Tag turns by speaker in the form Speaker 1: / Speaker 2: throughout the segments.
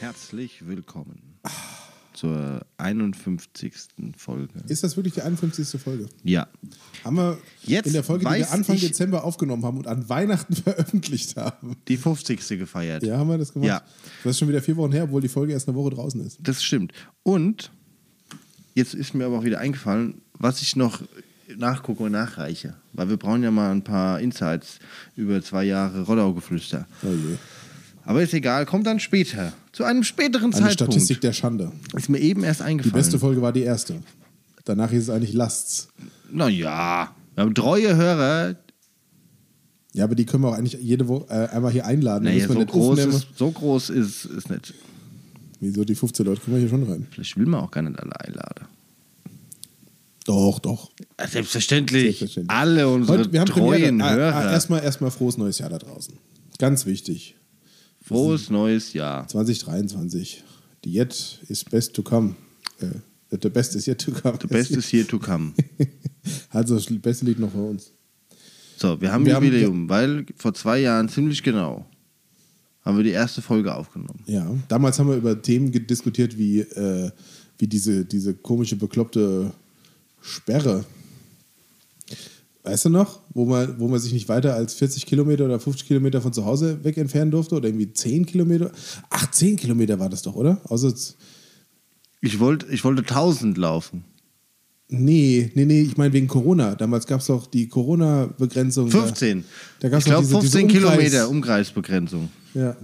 Speaker 1: herzlich willkommen zur 51. Folge.
Speaker 2: Ist das wirklich die 51. Folge?
Speaker 1: Ja,
Speaker 2: Haben wir
Speaker 1: Jetzt
Speaker 2: in der Folge, die
Speaker 1: weiß
Speaker 2: wir Anfang
Speaker 1: ich-
Speaker 2: Dezember aufgenommen haben und an Weihnachten veröffentlicht haben.
Speaker 1: die 50. gefeiert.
Speaker 2: Ja, haben wir das gemacht?
Speaker 1: Ja.
Speaker 2: Das ist schon wieder vier Wochen her, obwohl die Folge erst eine Woche draußen ist.
Speaker 1: Das stimmt. Und jetzt ist mir aber auch wieder eingefallen, was ich noch nachgucke und nachreiche. Weil wir brauchen ja mal ein paar Insights über zwei Jahre Rollaugeflüster.
Speaker 2: Oh je.
Speaker 1: Aber ist egal, kommt dann später. Zu einem späteren
Speaker 2: Eine
Speaker 1: Zeitpunkt.
Speaker 2: Statistik der Schande.
Speaker 1: Ist mir eben erst
Speaker 2: Die
Speaker 1: eingefallen.
Speaker 2: beste Folge war die erste. Danach hieß es eigentlich Lasts.
Speaker 1: Naja, wir haben treue Hörer.
Speaker 2: Ja, aber die können wir auch eigentlich jede Woche äh, einmal hier einladen. Da
Speaker 1: Naja,
Speaker 2: müssen wir
Speaker 1: so
Speaker 2: nicht
Speaker 1: groß,
Speaker 2: aufnehmen.
Speaker 1: ist, so groß ist es nicht.
Speaker 2: Wieso die 15 Leute können wir hier schon rein?
Speaker 1: Vielleicht will man auch gar nicht alle einladen.
Speaker 2: Doch, doch.
Speaker 1: Ja, Selbstverständlich.
Speaker 2: Selbstverständlich.
Speaker 1: Alle unsere
Speaker 2: Heute- wir haben
Speaker 1: treuen
Speaker 2: Premiere. Ah,
Speaker 1: Hörer.
Speaker 2: Ah, erstmal, erstmal frohes neues Jahr da draußen. Ganz wichtig.
Speaker 1: Frohes neues Jahr.
Speaker 2: 2023. Die Yet is best to come. Äh, the best is yet to come.
Speaker 1: The best is here to come.
Speaker 2: also das Beste liegt noch vor uns.
Speaker 1: So, wir haben
Speaker 2: Wir haben-
Speaker 1: Jubiläum, weil vor zwei Jahren ziemlich genau haben wir die erste Folge aufgenommen.
Speaker 2: Ja, damals haben wir über Themen ge- diskutiert, wie, äh, wie diese, diese komische, bekloppte Sperre. Weißt du noch, wo man, wo man sich nicht weiter als 40 Kilometer oder 50 Kilometer von zu Hause weg entfernen durfte oder irgendwie 10 Kilometer? Ach, 10 Kilometer war das doch, oder? Außer, z-
Speaker 1: Ich wollte ich wollte 1000 laufen.
Speaker 2: nee, nee, nee, ich meine wegen Corona. Damals gab es doch die Corona-Begrenzung. da-
Speaker 1: 15.
Speaker 2: Da gab's
Speaker 1: ich glaube
Speaker 2: noch diese-
Speaker 1: 15
Speaker 2: diese Umkreis-
Speaker 1: Kilometer Umkreisbegrenzung.
Speaker 2: Ja.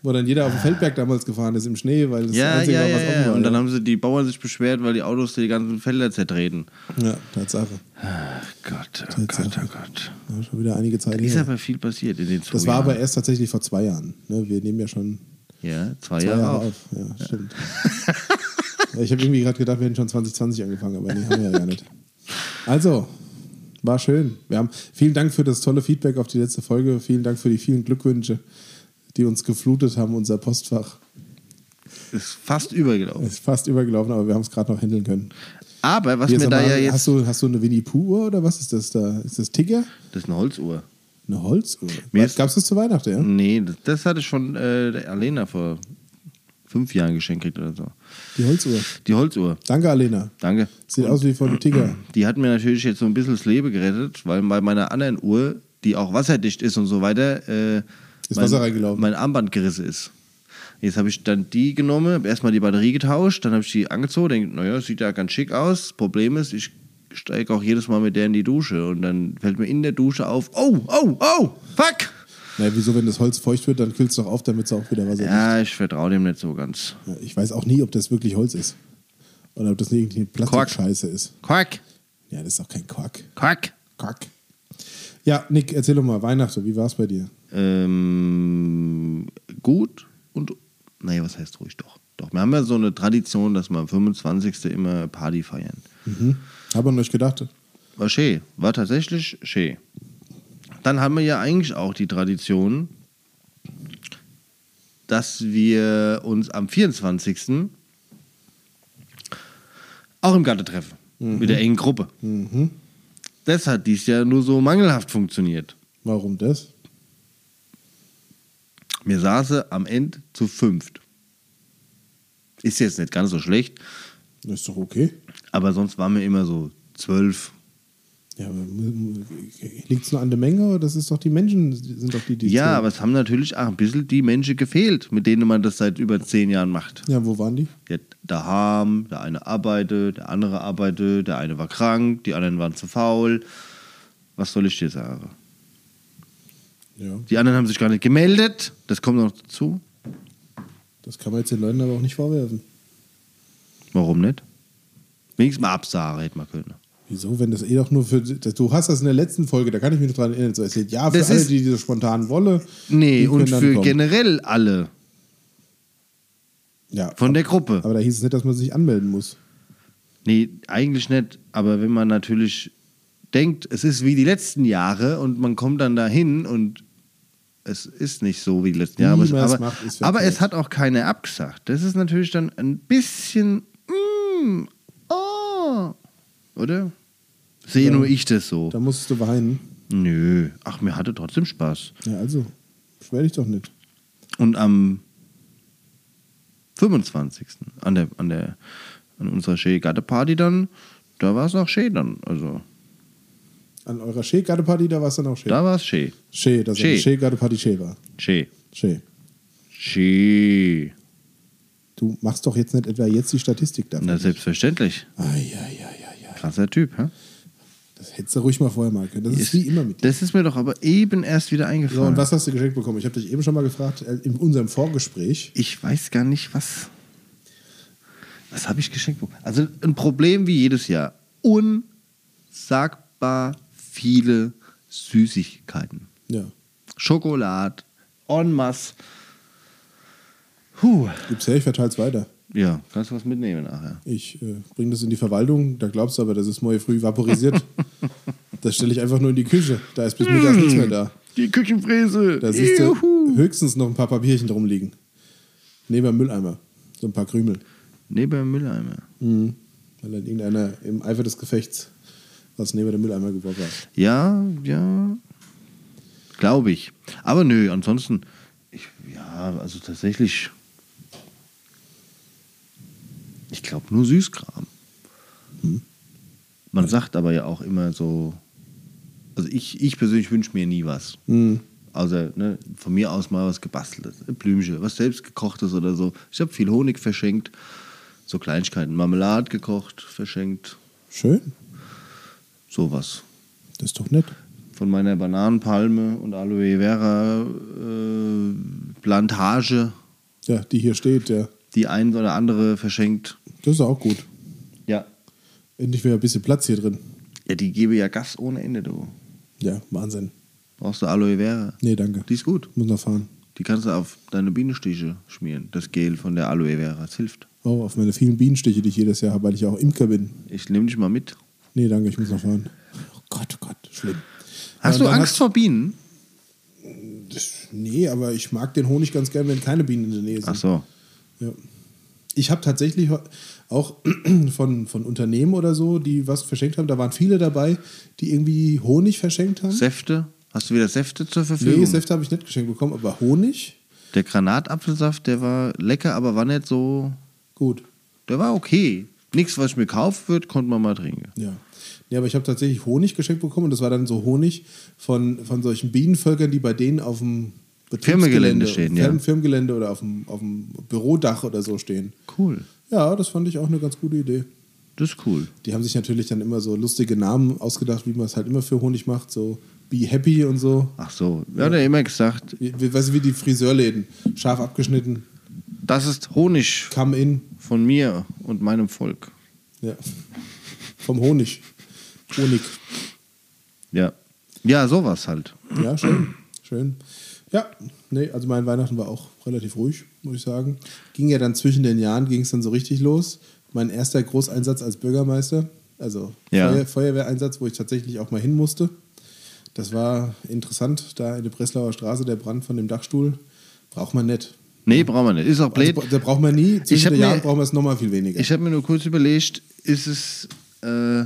Speaker 2: Wo dann jeder auf dem Feldberg damals gefahren ist im Schnee, weil das
Speaker 1: Ja,
Speaker 2: das Einzige
Speaker 1: ja,
Speaker 2: war,
Speaker 1: ja,
Speaker 2: was offen
Speaker 1: ja.
Speaker 2: war.
Speaker 1: Und dann haben sie die Bauern sich beschwert, weil die Autos die ganzen Felder zertreten.
Speaker 2: ja, Tatsache.
Speaker 1: Ach Gott, oh Gott, oh Gott.
Speaker 2: Ja, schon wieder einige Zeit
Speaker 1: Ist
Speaker 2: her.
Speaker 1: aber viel passiert in den zwei
Speaker 2: Das war aber
Speaker 1: Jahren.
Speaker 2: erst tatsächlich vor zwei Jahren. Ne? Wir nehmen ja schon
Speaker 1: ja, zwei,
Speaker 2: zwei
Speaker 1: Jahre,
Speaker 2: Jahre
Speaker 1: auf.
Speaker 2: auf. Ja, stimmt. Ja, ich habe irgendwie gerade gedacht, wir hätten schon 2020 angefangen, aber nee, haben wir ja gar nicht. Also, war schön. Wir haben vielen Dank für das tolle Feedback auf die letzte Folge. Vielen Dank für die vielen Glückwünsche, die uns geflutet haben, unser Postfach.
Speaker 1: Ist fast übergelaufen.
Speaker 2: Ist fast übergelaufen, aber wir haben es gerade noch handeln können.
Speaker 1: Aber was
Speaker 2: Hier,
Speaker 1: mir
Speaker 2: sag
Speaker 1: da
Speaker 2: mal,
Speaker 1: ja jetzt.
Speaker 2: hast, du, hast du eine Winnie-Pooh-Uhr oder was ist das da? Ist das Tigger?
Speaker 1: Das ist eine Holzuhr.
Speaker 2: Eine Holzuhr?
Speaker 1: Mir
Speaker 2: Was
Speaker 1: ist-
Speaker 2: gab's das zu Weihnachten, ja?
Speaker 1: Nee, das, das hatte schon äh, der Alena vor fünf Jahren geschenkt gekriegt oder so.
Speaker 2: Die Holzuhr.
Speaker 1: Die Holzuhr.
Speaker 2: Danke, Alena.
Speaker 1: Danke.
Speaker 2: Sieht aus wie von Tigger.
Speaker 1: Die hat mir natürlich jetzt so ein bisschen das Leben gerettet, weil bei meiner anderen Uhr, die auch wasserdicht ist und so weiter, äh,
Speaker 2: Ist
Speaker 1: mein,
Speaker 2: Wasser reingelaufen.
Speaker 1: mein Armband gerissen ist. Jetzt habe ich dann die genommen, habe erstmal die Batterie getauscht, dann habe ich die angezogen, denke, naja, sieht ja ganz schick aus. Problem ist, ich steige auch jedes Mal mit der in die Dusche und dann fällt mir in der Dusche auf, oh, oh, oh, fuck!
Speaker 2: Naja, wieso, wenn das Holz feucht wird, dann kühlst du doch auf, damit es auch wieder Wasser ja.
Speaker 1: Ja, ich vertraue dem nicht so ganz.
Speaker 2: Äh, Ich weiß auch nie, ob das wirklich Holz ist. Oder ob das nicht irgendwie Plastikscheiße ist.
Speaker 1: Quack,
Speaker 2: Ja, das ist auch kein Quark.
Speaker 1: quack.
Speaker 2: Quark. Ja, Nick, erzähl doch mal, Weihnachten, wie war's bei dir?
Speaker 1: Ähm, gut und, naja, was heißt ruhig doch? Doch, wir haben ja so eine Tradition, dass wir am 25. immer Party feiern.
Speaker 2: Hab an euch gedacht.
Speaker 1: War schön, war tatsächlich schön. Dann haben wir ja eigentlich auch die Tradition, dass wir uns am 24. auch im Garten treffen. Mit der engen Gruppe.
Speaker 2: Mhm.
Speaker 1: Das hat dies Jahr nur so mangelhaft funktioniert.
Speaker 2: Warum das?
Speaker 1: Mir saße am Ende zu fünft. Ist jetzt nicht ganz so schlecht,
Speaker 2: Das ist doch okay.
Speaker 1: aber sonst waren wir immer so zwölf.
Speaker 2: Ja, aber liegt es nur an der Menge? oder Das ist doch die Menschen, sind doch die, die.
Speaker 1: Ja, aber es haben natürlich auch ein bisschen die Menschen gefehlt, mit denen man das seit über zehn Jahren macht.
Speaker 2: Ja, wo waren die?
Speaker 1: Der daheim, der eine arbeitet, der andere arbeitet, der eine war krank, die anderen waren zu faul. Was soll ich dir sagen?
Speaker 2: Ja,
Speaker 1: Die anderen haben sich gar nicht gemeldet, das kommt noch dazu.
Speaker 2: das kann man jetzt den Leuten aber auch nicht vorwerfen.
Speaker 1: Warum nicht? Wenigstens mal absagen hätte man können.
Speaker 2: Wieso, wenn das eh doch nur für. Das, du hast das in der letzten Folge, da kann ich mich noch dran erinnern, so erzählt. Ja, für
Speaker 1: Das
Speaker 2: alle,
Speaker 1: ist-
Speaker 2: die diese spontan wolle.
Speaker 1: Nee,
Speaker 2: die können
Speaker 1: und
Speaker 2: dann
Speaker 1: für
Speaker 2: kommen.
Speaker 1: generell alle
Speaker 2: Ja,
Speaker 1: von der Gruppe.
Speaker 2: aber da hieß es nicht, dass man sich anmelden muss.
Speaker 1: Nee, eigentlich nicht. Aber wenn man natürlich denkt, es ist wie die letzten Jahre und man kommt dann dahin und es ist nicht so wie die letzten Jahre. Aber, es,
Speaker 2: Niemals
Speaker 1: aber,
Speaker 2: macht es
Speaker 1: aber
Speaker 2: verkehrt.
Speaker 1: es hat auch keiner abgesagt. Das ist natürlich dann ein bisschen. Mm, oh, oder? Sehe nur ich das so.
Speaker 2: Da musstest du weinen.
Speaker 1: Nö. Ach, mir hatte trotzdem Spaß.
Speaker 2: Ja, also, beschwer dich doch nicht.
Speaker 1: Und am 25. an der, an der, an unserer Schee-Gatte-Party dann, da war es noch schön dann. Also,
Speaker 2: An eurer Schee-Gardeparty, da war es dann auch schön.
Speaker 1: da war es schön.
Speaker 2: Schee, dass
Speaker 1: Schee.
Speaker 2: eine Schee-Gardeparty Schee war.
Speaker 1: Schön.
Speaker 2: Schee.
Speaker 1: Schön.
Speaker 2: Du machst doch jetzt nicht etwa jetzt die Statistik dafür.
Speaker 1: Na, selbstverständlich.
Speaker 2: Eieieiei.
Speaker 1: Krasser Typ, hä?
Speaker 2: Das hättest du ruhig mal vorher mal können. Das ist,
Speaker 1: Ist-
Speaker 2: wie immer mit dir.
Speaker 1: Das ist mir doch aber eben erst wieder
Speaker 2: So,
Speaker 1: eingefallen.
Speaker 2: und was hast du geschenkt bekommen? Ich habe dich eben schon mal gefragt, äh, in unserem Vorgespräch.
Speaker 1: Ich weiß gar nicht, was. Was habe ich geschenkt bekommen? Also ein Problem wie jedes Jahr. Unsagbar viele Süßigkeiten.
Speaker 2: Ja.
Speaker 1: Schokolade, en masse. Huh.
Speaker 2: Gibt's her, ich verteile es weiter.
Speaker 1: Ja, kannst du was mitnehmen nachher.
Speaker 2: Ich äh, bringe das in die Verwaltung, da glaubst du aber, das ist morgen früh vaporisiert. das stelle ich einfach nur in die Küche. Da ist bis mittags nichts mehr da.
Speaker 1: Die Küchenfräse.
Speaker 2: Da siehst du höchstens noch ein paar Papierchen drum liegen. Neben dem Mülleimer. So ein paar Krümel.
Speaker 1: Neben dem Mülleimer.
Speaker 2: Mhm. Weil dann irgendeiner im Eifer des Gefechts was neben dem Mülleimer geworfen hat.
Speaker 1: Ja, ja. Glaube ich. Aber nö, ansonsten, ich, ja, also tatsächlich. Ich glaube nur Süßkram. Hm? Man sagt aber ja auch immer so. Also ich, ich persönlich wünsche mir nie was.
Speaker 2: Mhm.
Speaker 1: Außer ne, von mir aus mal was gebasteltes, ein Blümchen, was selbst gekochtes oder so. Ich habe viel Honig verschenkt, so Kleinigkeiten, Marmelade gekocht, verschenkt,
Speaker 2: Schön.
Speaker 1: sowas.
Speaker 2: Das ist doch nett.
Speaker 1: von meiner Bananenpalme und Aloe Vera äh, Plantage
Speaker 2: Ja, die hier steht, ja.
Speaker 1: die ein oder andere verschenkt.
Speaker 2: Das ist auch gut.
Speaker 1: Ja.
Speaker 2: Endlich wieder ein bisschen Platz hier drin.
Speaker 1: Ja, die gebe ja Gas ohne Ende, du.
Speaker 2: Ja, Wahnsinn.
Speaker 1: Brauchst du Aloe Vera.
Speaker 2: Nee, danke.
Speaker 1: Die ist gut.
Speaker 2: Muss noch fahren.
Speaker 1: Die kannst du auf deine Bienenstiche schmieren. Das Gel von der Aloe Vera. Das hilft.
Speaker 2: Oh, auf meine vielen Bienenstiche, die ich jedes Jahr habe, weil ich ja auch Imker bin.
Speaker 1: Ich nehme dich mal mit.
Speaker 2: Nee, danke, ich muss noch fahren. Oh Gott, oh Gott, schlimm.
Speaker 1: Hast
Speaker 2: Ja,
Speaker 1: du
Speaker 2: und dann
Speaker 1: Angst vor Bienen?
Speaker 2: hast- Nee, aber ich mag den Honig ganz gern, wenn keine Bienen in der Nähe sind.
Speaker 1: Ach so.
Speaker 2: Ja. Ich habe tatsächlich auch von, von Unternehmen oder so, die was verschenkt haben, da waren viele dabei, die irgendwie Honig verschenkt haben.
Speaker 1: Säfte? Hast du wieder Säfte zur Verfügung?
Speaker 2: nee, Säfte habe ich nicht geschenkt bekommen, aber Honig,
Speaker 1: Der Granatapfelsaft, der war lecker, aber war nicht so.
Speaker 2: gut.
Speaker 1: Der war okay. Nichts, was ich mir kaufen würde, konnte man mal trinken.
Speaker 2: Ja. Nee, aber ich habe tatsächlich Honig geschenkt bekommen und das war dann so Honig von, von solchen Bienenvölkern, die bei denen auf dem
Speaker 1: Firmengelände stehen, ja.
Speaker 2: Firmen- Firmengelände oder auf dem, auf dem Bürodach oder so stehen.
Speaker 1: Cool.
Speaker 2: Ja, das fand ich auch eine ganz gute Idee.
Speaker 1: Das ist cool.
Speaker 2: Die haben sich natürlich dann immer so lustige Namen ausgedacht, wie man es halt immer für Honig macht, so Be Happy und so.
Speaker 1: Ach so, ja, hat er immer gesagt,
Speaker 2: Wie, wie, weißt du, wie die Friseurläden, scharf abgeschnitten,
Speaker 1: das ist Honig
Speaker 2: come in,
Speaker 1: von mir und meinem Volk.
Speaker 2: ja. vom Honig. Honig.
Speaker 1: Ja. Ja, sowas halt.
Speaker 2: Ja, schön. Schön. Ja, nee, also mein Weihnachten war auch relativ ruhig, muss ich sagen. Ging ja dann zwischen den Jahren, ging es dann so richtig los. Mein erster Großeinsatz als Bürgermeister, also
Speaker 1: Ja.
Speaker 2: Feuer, Feuerwehreinsatz, wo ich tatsächlich auch mal hin musste. Das war interessant, da in der Breslauer Straße der Brand von dem Dachstuhl. Braucht man nicht.
Speaker 1: Nee, brauchen wir nicht. Ist auch blöd.
Speaker 2: Also, da braucht man nie.
Speaker 1: Ich
Speaker 2: Zwischen
Speaker 1: hab
Speaker 2: den
Speaker 1: mir-
Speaker 2: Jahren brauchen wir es nochmal viel weniger.
Speaker 1: Ich habe mir nur kurz überlegt, ist es. Äh,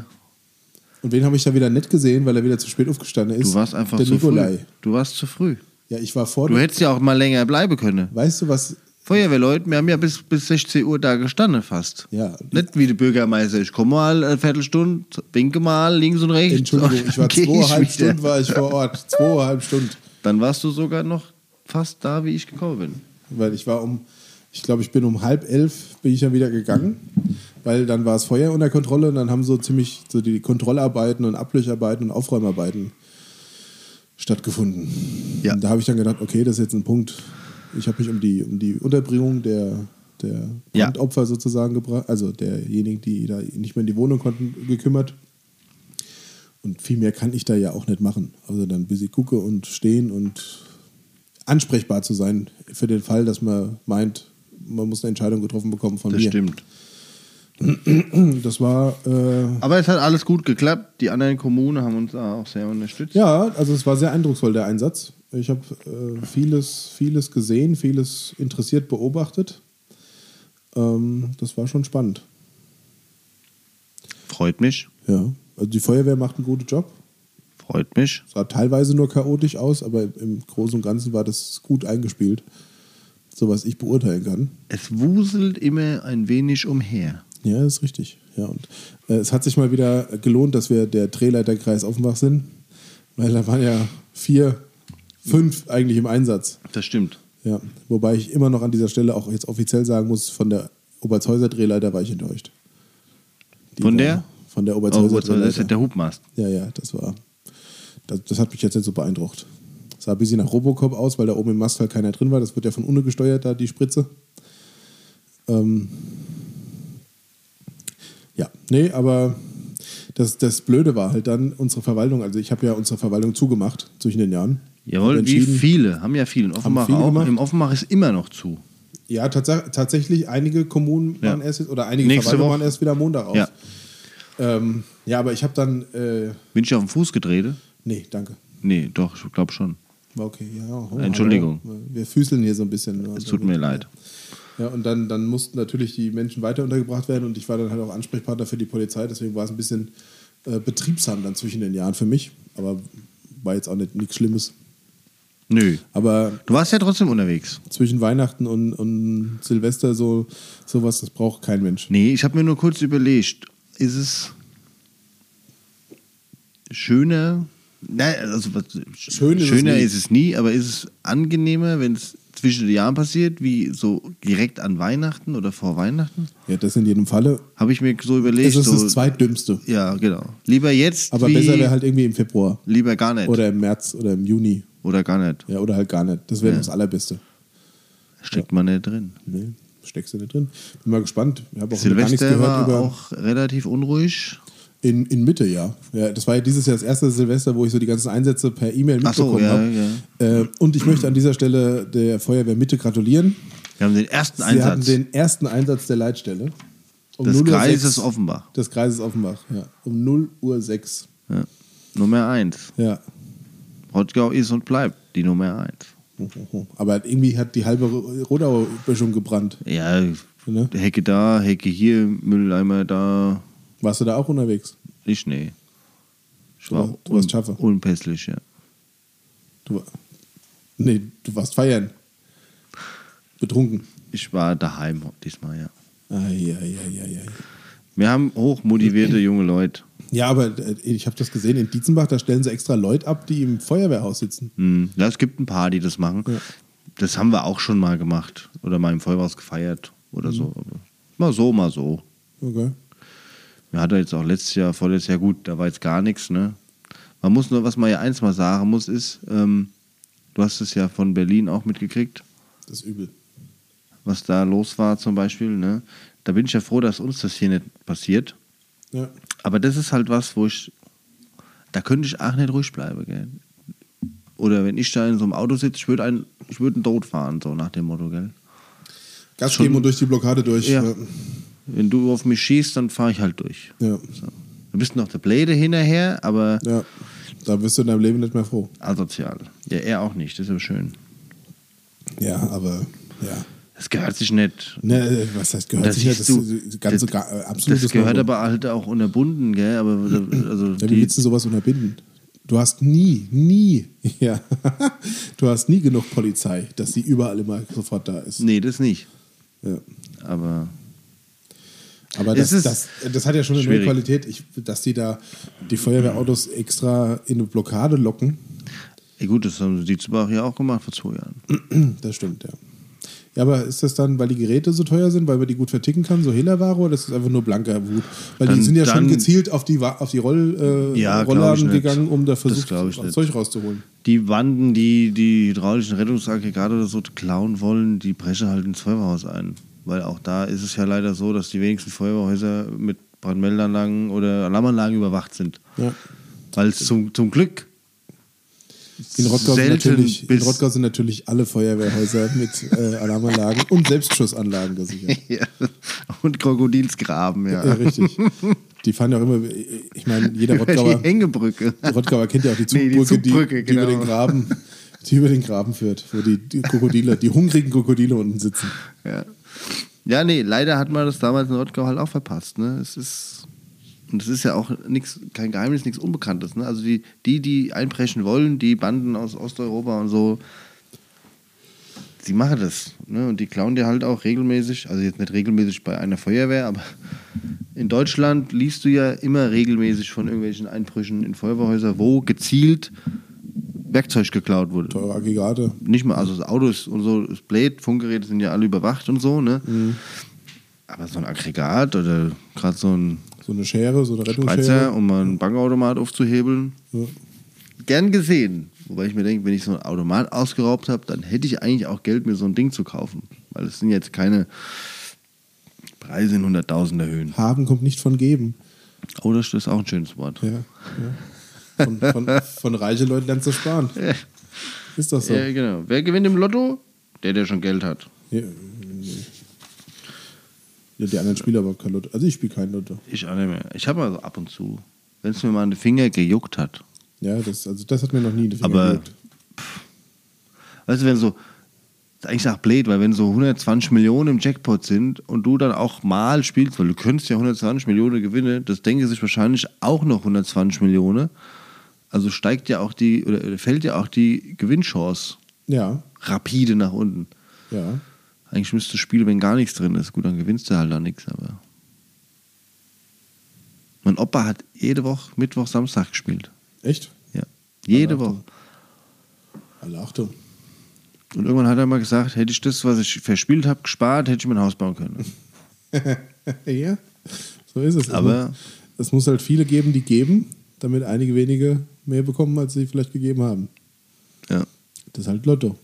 Speaker 2: Und wen habe ich da wieder nicht gesehen, weil er wieder zu spät aufgestanden ist?
Speaker 1: du warst einfach
Speaker 2: Der
Speaker 1: zu
Speaker 2: Nikolai.
Speaker 1: früh. Du warst zu früh.
Speaker 2: Ja, ich war vor.
Speaker 1: Du hättest ja auch mal länger bleiben können.
Speaker 2: weißt du, was
Speaker 1: Feuerwehrleute, wir haben ja bis, bis 16 Uhr da gestanden fast.
Speaker 2: Ja.
Speaker 1: Nicht wie der Bürgermeister. Ich komme mal eine Viertelstunde, winke mal links und rechts.
Speaker 2: Entschuldigung,
Speaker 1: und
Speaker 2: ich war
Speaker 1: geh
Speaker 2: zweieinhalb
Speaker 1: wieder.
Speaker 2: Stunden war ich vor Ort. Zweieinhalb Stunden.
Speaker 1: Dann warst du sogar noch fast da, wie ich gekommen bin.
Speaker 2: Weil ich war um, ich glaube, ich bin um halb elf, bin ich dann wieder gegangen, weil dann war das Feuer unter Kontrolle und dann haben so ziemlich so die Kontrollarbeiten und Ablöcharbeiten und Aufräumarbeiten stattgefunden.
Speaker 1: Ja.
Speaker 2: Und da habe ich dann gedacht, okay, das ist jetzt ein Punkt. Ich habe mich um die, um die Unterbringung der, der
Speaker 1: Ja.
Speaker 2: Brandopfer sozusagen gebracht, also derjenigen, die da nicht mehr in die Wohnung konnten, gekümmert. Und viel mehr kann ich da ja auch nicht machen. Also dann busy gucke und stehen und ansprechbar zu sein für den Fall, dass man meint, man muss eine Entscheidung getroffen bekommen von
Speaker 1: Das
Speaker 2: mir.
Speaker 1: stimmt.
Speaker 2: Das war äh,
Speaker 1: Aber es hat alles gut geklappt. Die anderen Kommunen haben uns da auch sehr unterstützt.
Speaker 2: ja, also es war sehr eindrucksvoll der Einsatz. Ich habe äh, vieles, vieles gesehen, vieles interessiert beobachtet. Ähm, das war schon spannend.
Speaker 1: Freut mich.
Speaker 2: Ja, also die Feuerwehr macht einen guten Job.
Speaker 1: Freut mich.
Speaker 2: sah teilweise nur chaotisch aus, aber im Großen und Ganzen war das gut eingespielt. sowas ich beurteilen kann.
Speaker 1: Es wuselt immer ein wenig umher.
Speaker 2: Ja, ist richtig. Ja, und äh, es hat sich mal wieder gelohnt, dass wir der Drehleiterkreis Offenbach sind, weil da waren ja vier, fünf eigentlich im Einsatz.
Speaker 1: Das stimmt.
Speaker 2: Ja, wobei ich immer noch an dieser Stelle auch jetzt offiziell sagen muss, von der Obertshäuser Drehleiter war ich enttäuscht. Die
Speaker 1: Von
Speaker 2: war-
Speaker 1: der?
Speaker 2: Von der
Speaker 1: Oh,
Speaker 2: Obertshäuser
Speaker 1: gut, das ist ja
Speaker 2: Drehleiter.
Speaker 1: der Hubmast.
Speaker 2: Ja, ja, das war. Das, das hat mich jetzt nicht so beeindruckt. Sah ein bisschen nach Robocop aus, weil da oben im Mast halt keiner drin war. Das wird ja von unten gesteuert, da die Spritze. Ähm, ja, nee, aber das, das Blöde war halt dann unsere Verwaltung. Also ich habe ja unsere Verwaltung zugemacht zwischen den Jahren. Hab
Speaker 1: Jawohl, wie
Speaker 2: entschieden-
Speaker 1: viele. Haben ja viele. In Offenbach
Speaker 2: viele
Speaker 1: auch.
Speaker 2: gemacht?
Speaker 1: Im Offenbach ist immer noch zu.
Speaker 2: Ja, tatsach- tatsächlich, einige Kommunen
Speaker 1: Ja.
Speaker 2: waren erst jetzt, oder einige
Speaker 1: Nächste
Speaker 2: Verwaltungen
Speaker 1: Woche.
Speaker 2: waren erst wieder Montag auf.
Speaker 1: Ja.
Speaker 2: ähm, ja aber ich habe dann, äh,
Speaker 1: Bin ich auf den Fuß gedreht?
Speaker 2: nee, danke.
Speaker 1: Nee, doch, ich glaube schon.
Speaker 2: War Okay, ja. oh,
Speaker 1: Entschuldigung.
Speaker 2: hallo. Wir füßeln hier so ein bisschen. ne?
Speaker 1: Es tut mir leid.
Speaker 2: Ja, und dann, dann mussten natürlich die Menschen weiter untergebracht werden und ich war dann halt auch Ansprechpartner für die Polizei, deswegen war es ein bisschen äh, betriebsam dann zwischen den Jahren für mich, aber war jetzt auch nicht nichts Schlimmes.
Speaker 1: Nö.
Speaker 2: Aber
Speaker 1: Du warst ja trotzdem unterwegs.
Speaker 2: zwischen Weihnachten und, und Silvester so sowas, das braucht kein Mensch.
Speaker 1: Nee, ich habe mir nur kurz überlegt, ist es schöner? Nein, also was,
Speaker 2: Schön ist es
Speaker 1: schöner
Speaker 2: nie.
Speaker 1: ist es nie, aber ist es angenehmer, wenn es zwischen den Jahren passiert, wie so direkt an Weihnachten oder vor Weihnachten?
Speaker 2: Ja, das in jedem Falle.
Speaker 1: Habe ich mir so überlegt.
Speaker 2: Das ist
Speaker 1: so,
Speaker 2: das zweitdümmste.
Speaker 1: ja, genau. Lieber jetzt,
Speaker 2: Aber
Speaker 1: wie,
Speaker 2: besser wäre halt irgendwie im Februar
Speaker 1: lieber gar nicht oder,
Speaker 2: oder im März oder im Juni.
Speaker 1: gar nicht.
Speaker 2: Ja, oder halt gar nicht. Das wäre das Allerbeste.
Speaker 1: Steckt man nicht drin.
Speaker 2: Nee, steckst du nicht drin. Bin mal gespannt. Ich habe auch noch gar nichts
Speaker 1: Silvester
Speaker 2: gehört
Speaker 1: war
Speaker 2: über.
Speaker 1: auch relativ unruhig.
Speaker 2: In, in Mitte, ja. ja. Das war ja dieses Jahr das erste Silvester, wo ich so die ganzen Einsätze per E-Mail
Speaker 1: Ach so,
Speaker 2: mitbekommen
Speaker 1: ja,
Speaker 2: habe. Äh, und ich möchte an dieser Stelle der Feuerwehr Mitte gratulieren.
Speaker 1: Wir haben den ersten
Speaker 2: Sie
Speaker 1: Einsatz.
Speaker 2: hatten den ersten Einsatz der Leitstelle. Um
Speaker 1: des
Speaker 2: 0 Uhr
Speaker 1: Kreises
Speaker 2: 6.
Speaker 1: Offenbach.
Speaker 2: Des Kreises Offenbach, ja. Um 0 Uhr 6.
Speaker 1: Ja. Nummer eins.
Speaker 2: Ja.
Speaker 1: Rottgau ist und bleibt die Nummer 1.
Speaker 2: Aber irgendwie hat die halbe Rodauer Böschung gebrannt.
Speaker 1: Ja,
Speaker 2: Ne?
Speaker 1: Hecke da, Hecke hier, Mülleimer da.
Speaker 2: Warst du da auch unterwegs?
Speaker 1: Ich, nee. Ich
Speaker 2: Du
Speaker 1: war
Speaker 2: war- du warst Oh, Schaffe.
Speaker 1: unpässlich, ja.
Speaker 2: Du, war- nee, du warst feiern. Betrunken.
Speaker 1: Ich war daheim diesmal, ja.
Speaker 2: Eieieiei.
Speaker 1: Wir haben hochmotivierte junge Leute.
Speaker 2: Ja, aber äh, ich habe das gesehen in Dietzenbach, da stellen sie extra Leute ab, die im Feuerwehrhaus sitzen.
Speaker 1: Hm. Ja, es gibt ein paar, die das machen.
Speaker 2: Ja.
Speaker 1: Das haben wir auch schon mal gemacht. Oder mal im Vollhaus gefeiert oder so.
Speaker 2: Mhm.
Speaker 1: Aber Mal so, mal so.
Speaker 2: Okay.
Speaker 1: Wir hatten jetzt auch letztes Jahr, vorletztes Jahr, gut, da war jetzt gar nichts, ne? Man muss nur, was man ja eins mal sagen muss, ist, ähm, du hast es ja von Berlin auch mitgekriegt,
Speaker 2: Das ist übel.
Speaker 1: was da los war zum Beispiel, ne? Da bin ich ja froh, dass uns das hier nicht passiert.
Speaker 2: Ja.
Speaker 1: Aber das ist halt was, wo ich, da könnte ich auch nicht ruhig bleiben, gell? Oder wenn ich da in so einem Auto sitze, ich würde einen, ich würde einen Tod fahren, so nach dem Motto, gell?
Speaker 2: Gas
Speaker 1: Schon-
Speaker 2: geben und durch die Blockade durch.
Speaker 1: Ja.
Speaker 2: Ja.
Speaker 1: Wenn du auf mich schießt, dann fahre ich halt durch.
Speaker 2: Ja.
Speaker 1: So. Du bist noch der Blade hinterher, aber
Speaker 2: ja. Da wirst du in deinem Leben nicht mehr froh.
Speaker 1: asozial. Ja, er auch nicht, das ist aber schön.
Speaker 2: Ja, aber ja.
Speaker 1: Das gehört sich nicht.
Speaker 2: Ne, was heißt, gehört
Speaker 1: Das
Speaker 2: sich ja das
Speaker 1: siehst du,
Speaker 2: das ganze
Speaker 1: das-
Speaker 2: ga- äh, absolutes
Speaker 1: Das gehört
Speaker 2: No-Go.
Speaker 1: aber halt auch unterbunden, gell? Aber also
Speaker 2: Ja, wie
Speaker 1: die,
Speaker 2: willst du sowas unterbinden? Du hast nie, nie, ja, du hast nie genug Polizei, dass sie überall immer sofort da ist.
Speaker 1: nee, das nicht.
Speaker 2: Ja.
Speaker 1: Aber
Speaker 2: Aber
Speaker 1: Es
Speaker 2: das,
Speaker 1: ist
Speaker 2: das, das hat ja schon eine neue
Speaker 1: schwierig.
Speaker 2: Qualität, ich, dass die da die Feuerwehrautos extra in eine Blockade locken.
Speaker 1: ey, gut, das haben die Zubach ja auch gemacht vor zwei Jahren.
Speaker 2: Das stimmt, ja. Ja, aber ist das dann, weil die Geräte so teuer sind, weil man die gut verticken kann, so Hehlerware oder ist das einfach nur blanker Wut? Weil
Speaker 1: Dann-
Speaker 2: die sind ja schon
Speaker 1: dann-
Speaker 2: gezielt auf die, Wa- auf die Roll, äh,
Speaker 1: Ja, glaub ich
Speaker 2: Rollladen
Speaker 1: nicht.
Speaker 2: gegangen, um da versucht,
Speaker 1: glaub ich nicht.
Speaker 2: Zeug rauszuholen.
Speaker 1: Die Wanden, die die hydraulischen Rettungsaggregate oder so klauen wollen, die brechen halt ins Feuerwehrhaus ein. Weil auch da ist es ja leider so, dass die wenigsten Feuerwehrhäuser mit Brandmeldeanlagen oder Alarmanlagen überwacht sind.
Speaker 2: Ja.
Speaker 1: Weil es zum, zum Glück
Speaker 2: In Rottgau, sind
Speaker 1: Selten
Speaker 2: natürlich, in
Speaker 1: bis-
Speaker 2: Rottgau sind natürlich alle Feuerwehrhäuser mit äh, Alarmanlagen und Selbstschussanlagen gesichert.
Speaker 1: Ja. Und Krokodilsgraben, ja.
Speaker 2: Ja, richtig. Die fahren ja auch immer, ich meine, jeder
Speaker 1: Über
Speaker 2: Rottgauer.
Speaker 1: die Hängebrücke.
Speaker 2: Die Rottgauer kennt ja auch die
Speaker 1: Nee, die
Speaker 2: Zugbrücke, die,
Speaker 1: Zugbrücke,
Speaker 2: die, über
Speaker 1: genau.
Speaker 2: den Graben, die über den Graben führt, wo die, die Krokodile, die hungrigen Krokodile unten sitzen.
Speaker 1: Ja. ja, nee, leider hat man das damals in Rottgau halt auch verpasst. Ne? Es ist, und es ist ja auch nix, kein Geheimnis, nichts Unbekanntes. Ne? Also die, die, die einbrechen wollen, die Banden aus Osteuropa und so, die machen das. Ne? Und die klauen dir halt auch regelmäßig, also jetzt nicht regelmäßig bei einer Feuerwehr, aber in Deutschland liest du ja immer regelmäßig von irgendwelchen Einbrüchen in Feuerwehrhäuser, wo gezielt Werkzeug geklaut wurde.
Speaker 2: Teure Aggregate.
Speaker 1: Nicht mal, also das Autos und so, das Blade, Funkgeräte sind ja alle überwacht und so, ne?
Speaker 2: Mhm.
Speaker 1: Aber so ein Aggregat oder gerade so ein
Speaker 2: So eine Schere, so eine
Speaker 1: Spreizer,
Speaker 2: Rettungsschere.
Speaker 1: um mal einen Bankautomat aufzuhebeln,
Speaker 2: Ja.
Speaker 1: gern gesehen. Wobei ich mir denke, wenn ich so ein Automat ausgeraubt habe, dann hätte ich eigentlich auch Geld, mir so ein Ding zu kaufen. Weil es sind jetzt keine Preise in hunderttausender Höhen.
Speaker 2: Haben kommt nicht von geben.
Speaker 1: Oh, das ist auch ein schönes Wort.
Speaker 2: Ja, ja. Von, von, von reichen Leuten lernst du sparen.
Speaker 1: Ja,
Speaker 2: Ist doch so.
Speaker 1: ja, genau. Wer gewinnt im Lotto? Der, der schon Geld hat.
Speaker 2: Ja. Ja, die anderen spielen aber kein Lotto. Also ich spiele kein Lotto.
Speaker 1: Ich auch nicht mehr. Ich habe also ab und zu, wenn es mir mal einen Finger gejuckt hat.
Speaker 2: Ja, das, also das hat mir noch nie in den Finger
Speaker 1: Aber-
Speaker 2: gejuckt.
Speaker 1: Weißt du, wenn so, das ist eigentlich nach blöd, weil wenn so 120 Millionen im Jackpot sind und du dann auch mal spielst, weil du könntest ja 120 Millionen gewinnen, das denken sich wahrscheinlich auch noch 120 Millionen. Also steigt ja auch die, oder oder fällt ja auch die Gewinnchance
Speaker 2: Ja,
Speaker 1: rapide nach unten.
Speaker 2: ja.
Speaker 1: Eigentlich müsste das Spiel, wenn gar nichts drin ist. Gut, dann gewinnst du halt auch nichts, aber. Mein Opa hat jede Woche, Mittwoch, Samstag gespielt.
Speaker 2: Echt?
Speaker 1: Ja. Jede
Speaker 2: Alle Achtung.
Speaker 1: Woche.
Speaker 2: Alle Achtung.
Speaker 1: Und irgendwann hat er mal gesagt, hätte ich das, was ich verspielt habe, gespart, hätte ich mein Haus bauen können.
Speaker 2: ja, so ist es.
Speaker 1: Aber-
Speaker 2: es muss, es muss halt viele geben, die geben, damit einige wenige mehr bekommen, als sie vielleicht gegeben haben.
Speaker 1: Ja,
Speaker 2: Das ist halt Lotto.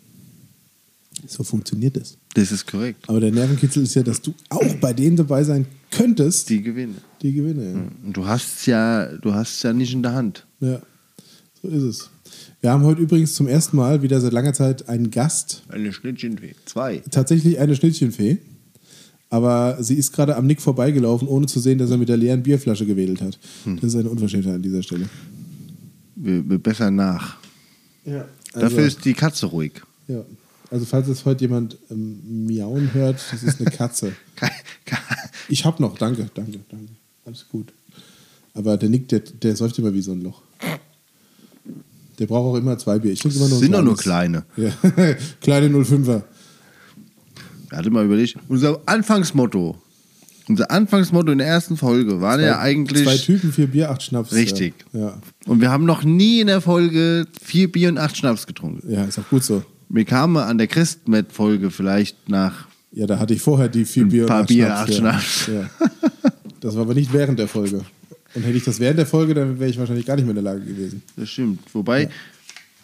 Speaker 2: So funktioniert das.
Speaker 1: das ist korrekt.
Speaker 2: Aber der Nervenkitzel ist ja, dass du auch bei denen dabei sein könntest, die,
Speaker 1: Die gewinnen.
Speaker 2: gewinnen.
Speaker 1: Und du hast ja, du hast ja nicht in der Hand.
Speaker 2: Ja. so ist es. Wir haben heute übrigens zum ersten Mal wieder seit langer Zeit einen Gast.
Speaker 1: Eine Schnittchenfee. Zwei.
Speaker 2: Tatsächlich eine Schnittchenfee. Aber sie ist gerade am Nick vorbeigelaufen, ohne zu sehen, dass er mit der leeren Bierflasche gewedelt hat.
Speaker 1: Hm.
Speaker 2: Das ist eine Unverschämtheit an dieser Stelle.
Speaker 1: Wir, wir bessern nach.
Speaker 2: Ja.
Speaker 1: Dafür ist die Katze ruhig.
Speaker 2: Also, Ja. Also falls jetzt heute jemand ähm, miauen hört, das ist eine Katze.
Speaker 1: Ke- ke-
Speaker 2: Ich hab noch, danke, danke, danke. Alles gut. Aber der Nick, der, der säuft immer wie so ein Loch. Der braucht auch immer zwei Bier. Ich trinke immer nur ein
Speaker 1: Sind doch nur
Speaker 2: kleines.
Speaker 1: kleine.
Speaker 2: Ja. kleine 05er.
Speaker 1: Er hatte mal überlegt, unser Anfangsmotto, unser Anfangsmotto in der ersten Folge waren ja eigentlich.
Speaker 2: Zwei Typen, vier Bier, acht Schnaps.
Speaker 1: Richtig.
Speaker 2: Ja,
Speaker 1: Und wir haben noch nie in der Folge vier Bier und acht Schnaps getrunken.
Speaker 2: ja, ja ist auch gut so.
Speaker 1: Mir kam mal an der Christmet-Folge vielleicht nach.
Speaker 2: Ja, da hatte ich vorher die vier Bier
Speaker 1: paar
Speaker 2: und acht
Speaker 1: Bier,
Speaker 2: Schnaps.
Speaker 1: acht
Speaker 2: ja. Ja. Das war aber nicht während der Folge. Und hätte ich das während der Folge, dann wäre ich wahrscheinlich gar nicht mehr in der Lage gewesen.
Speaker 1: Das stimmt. Wobei,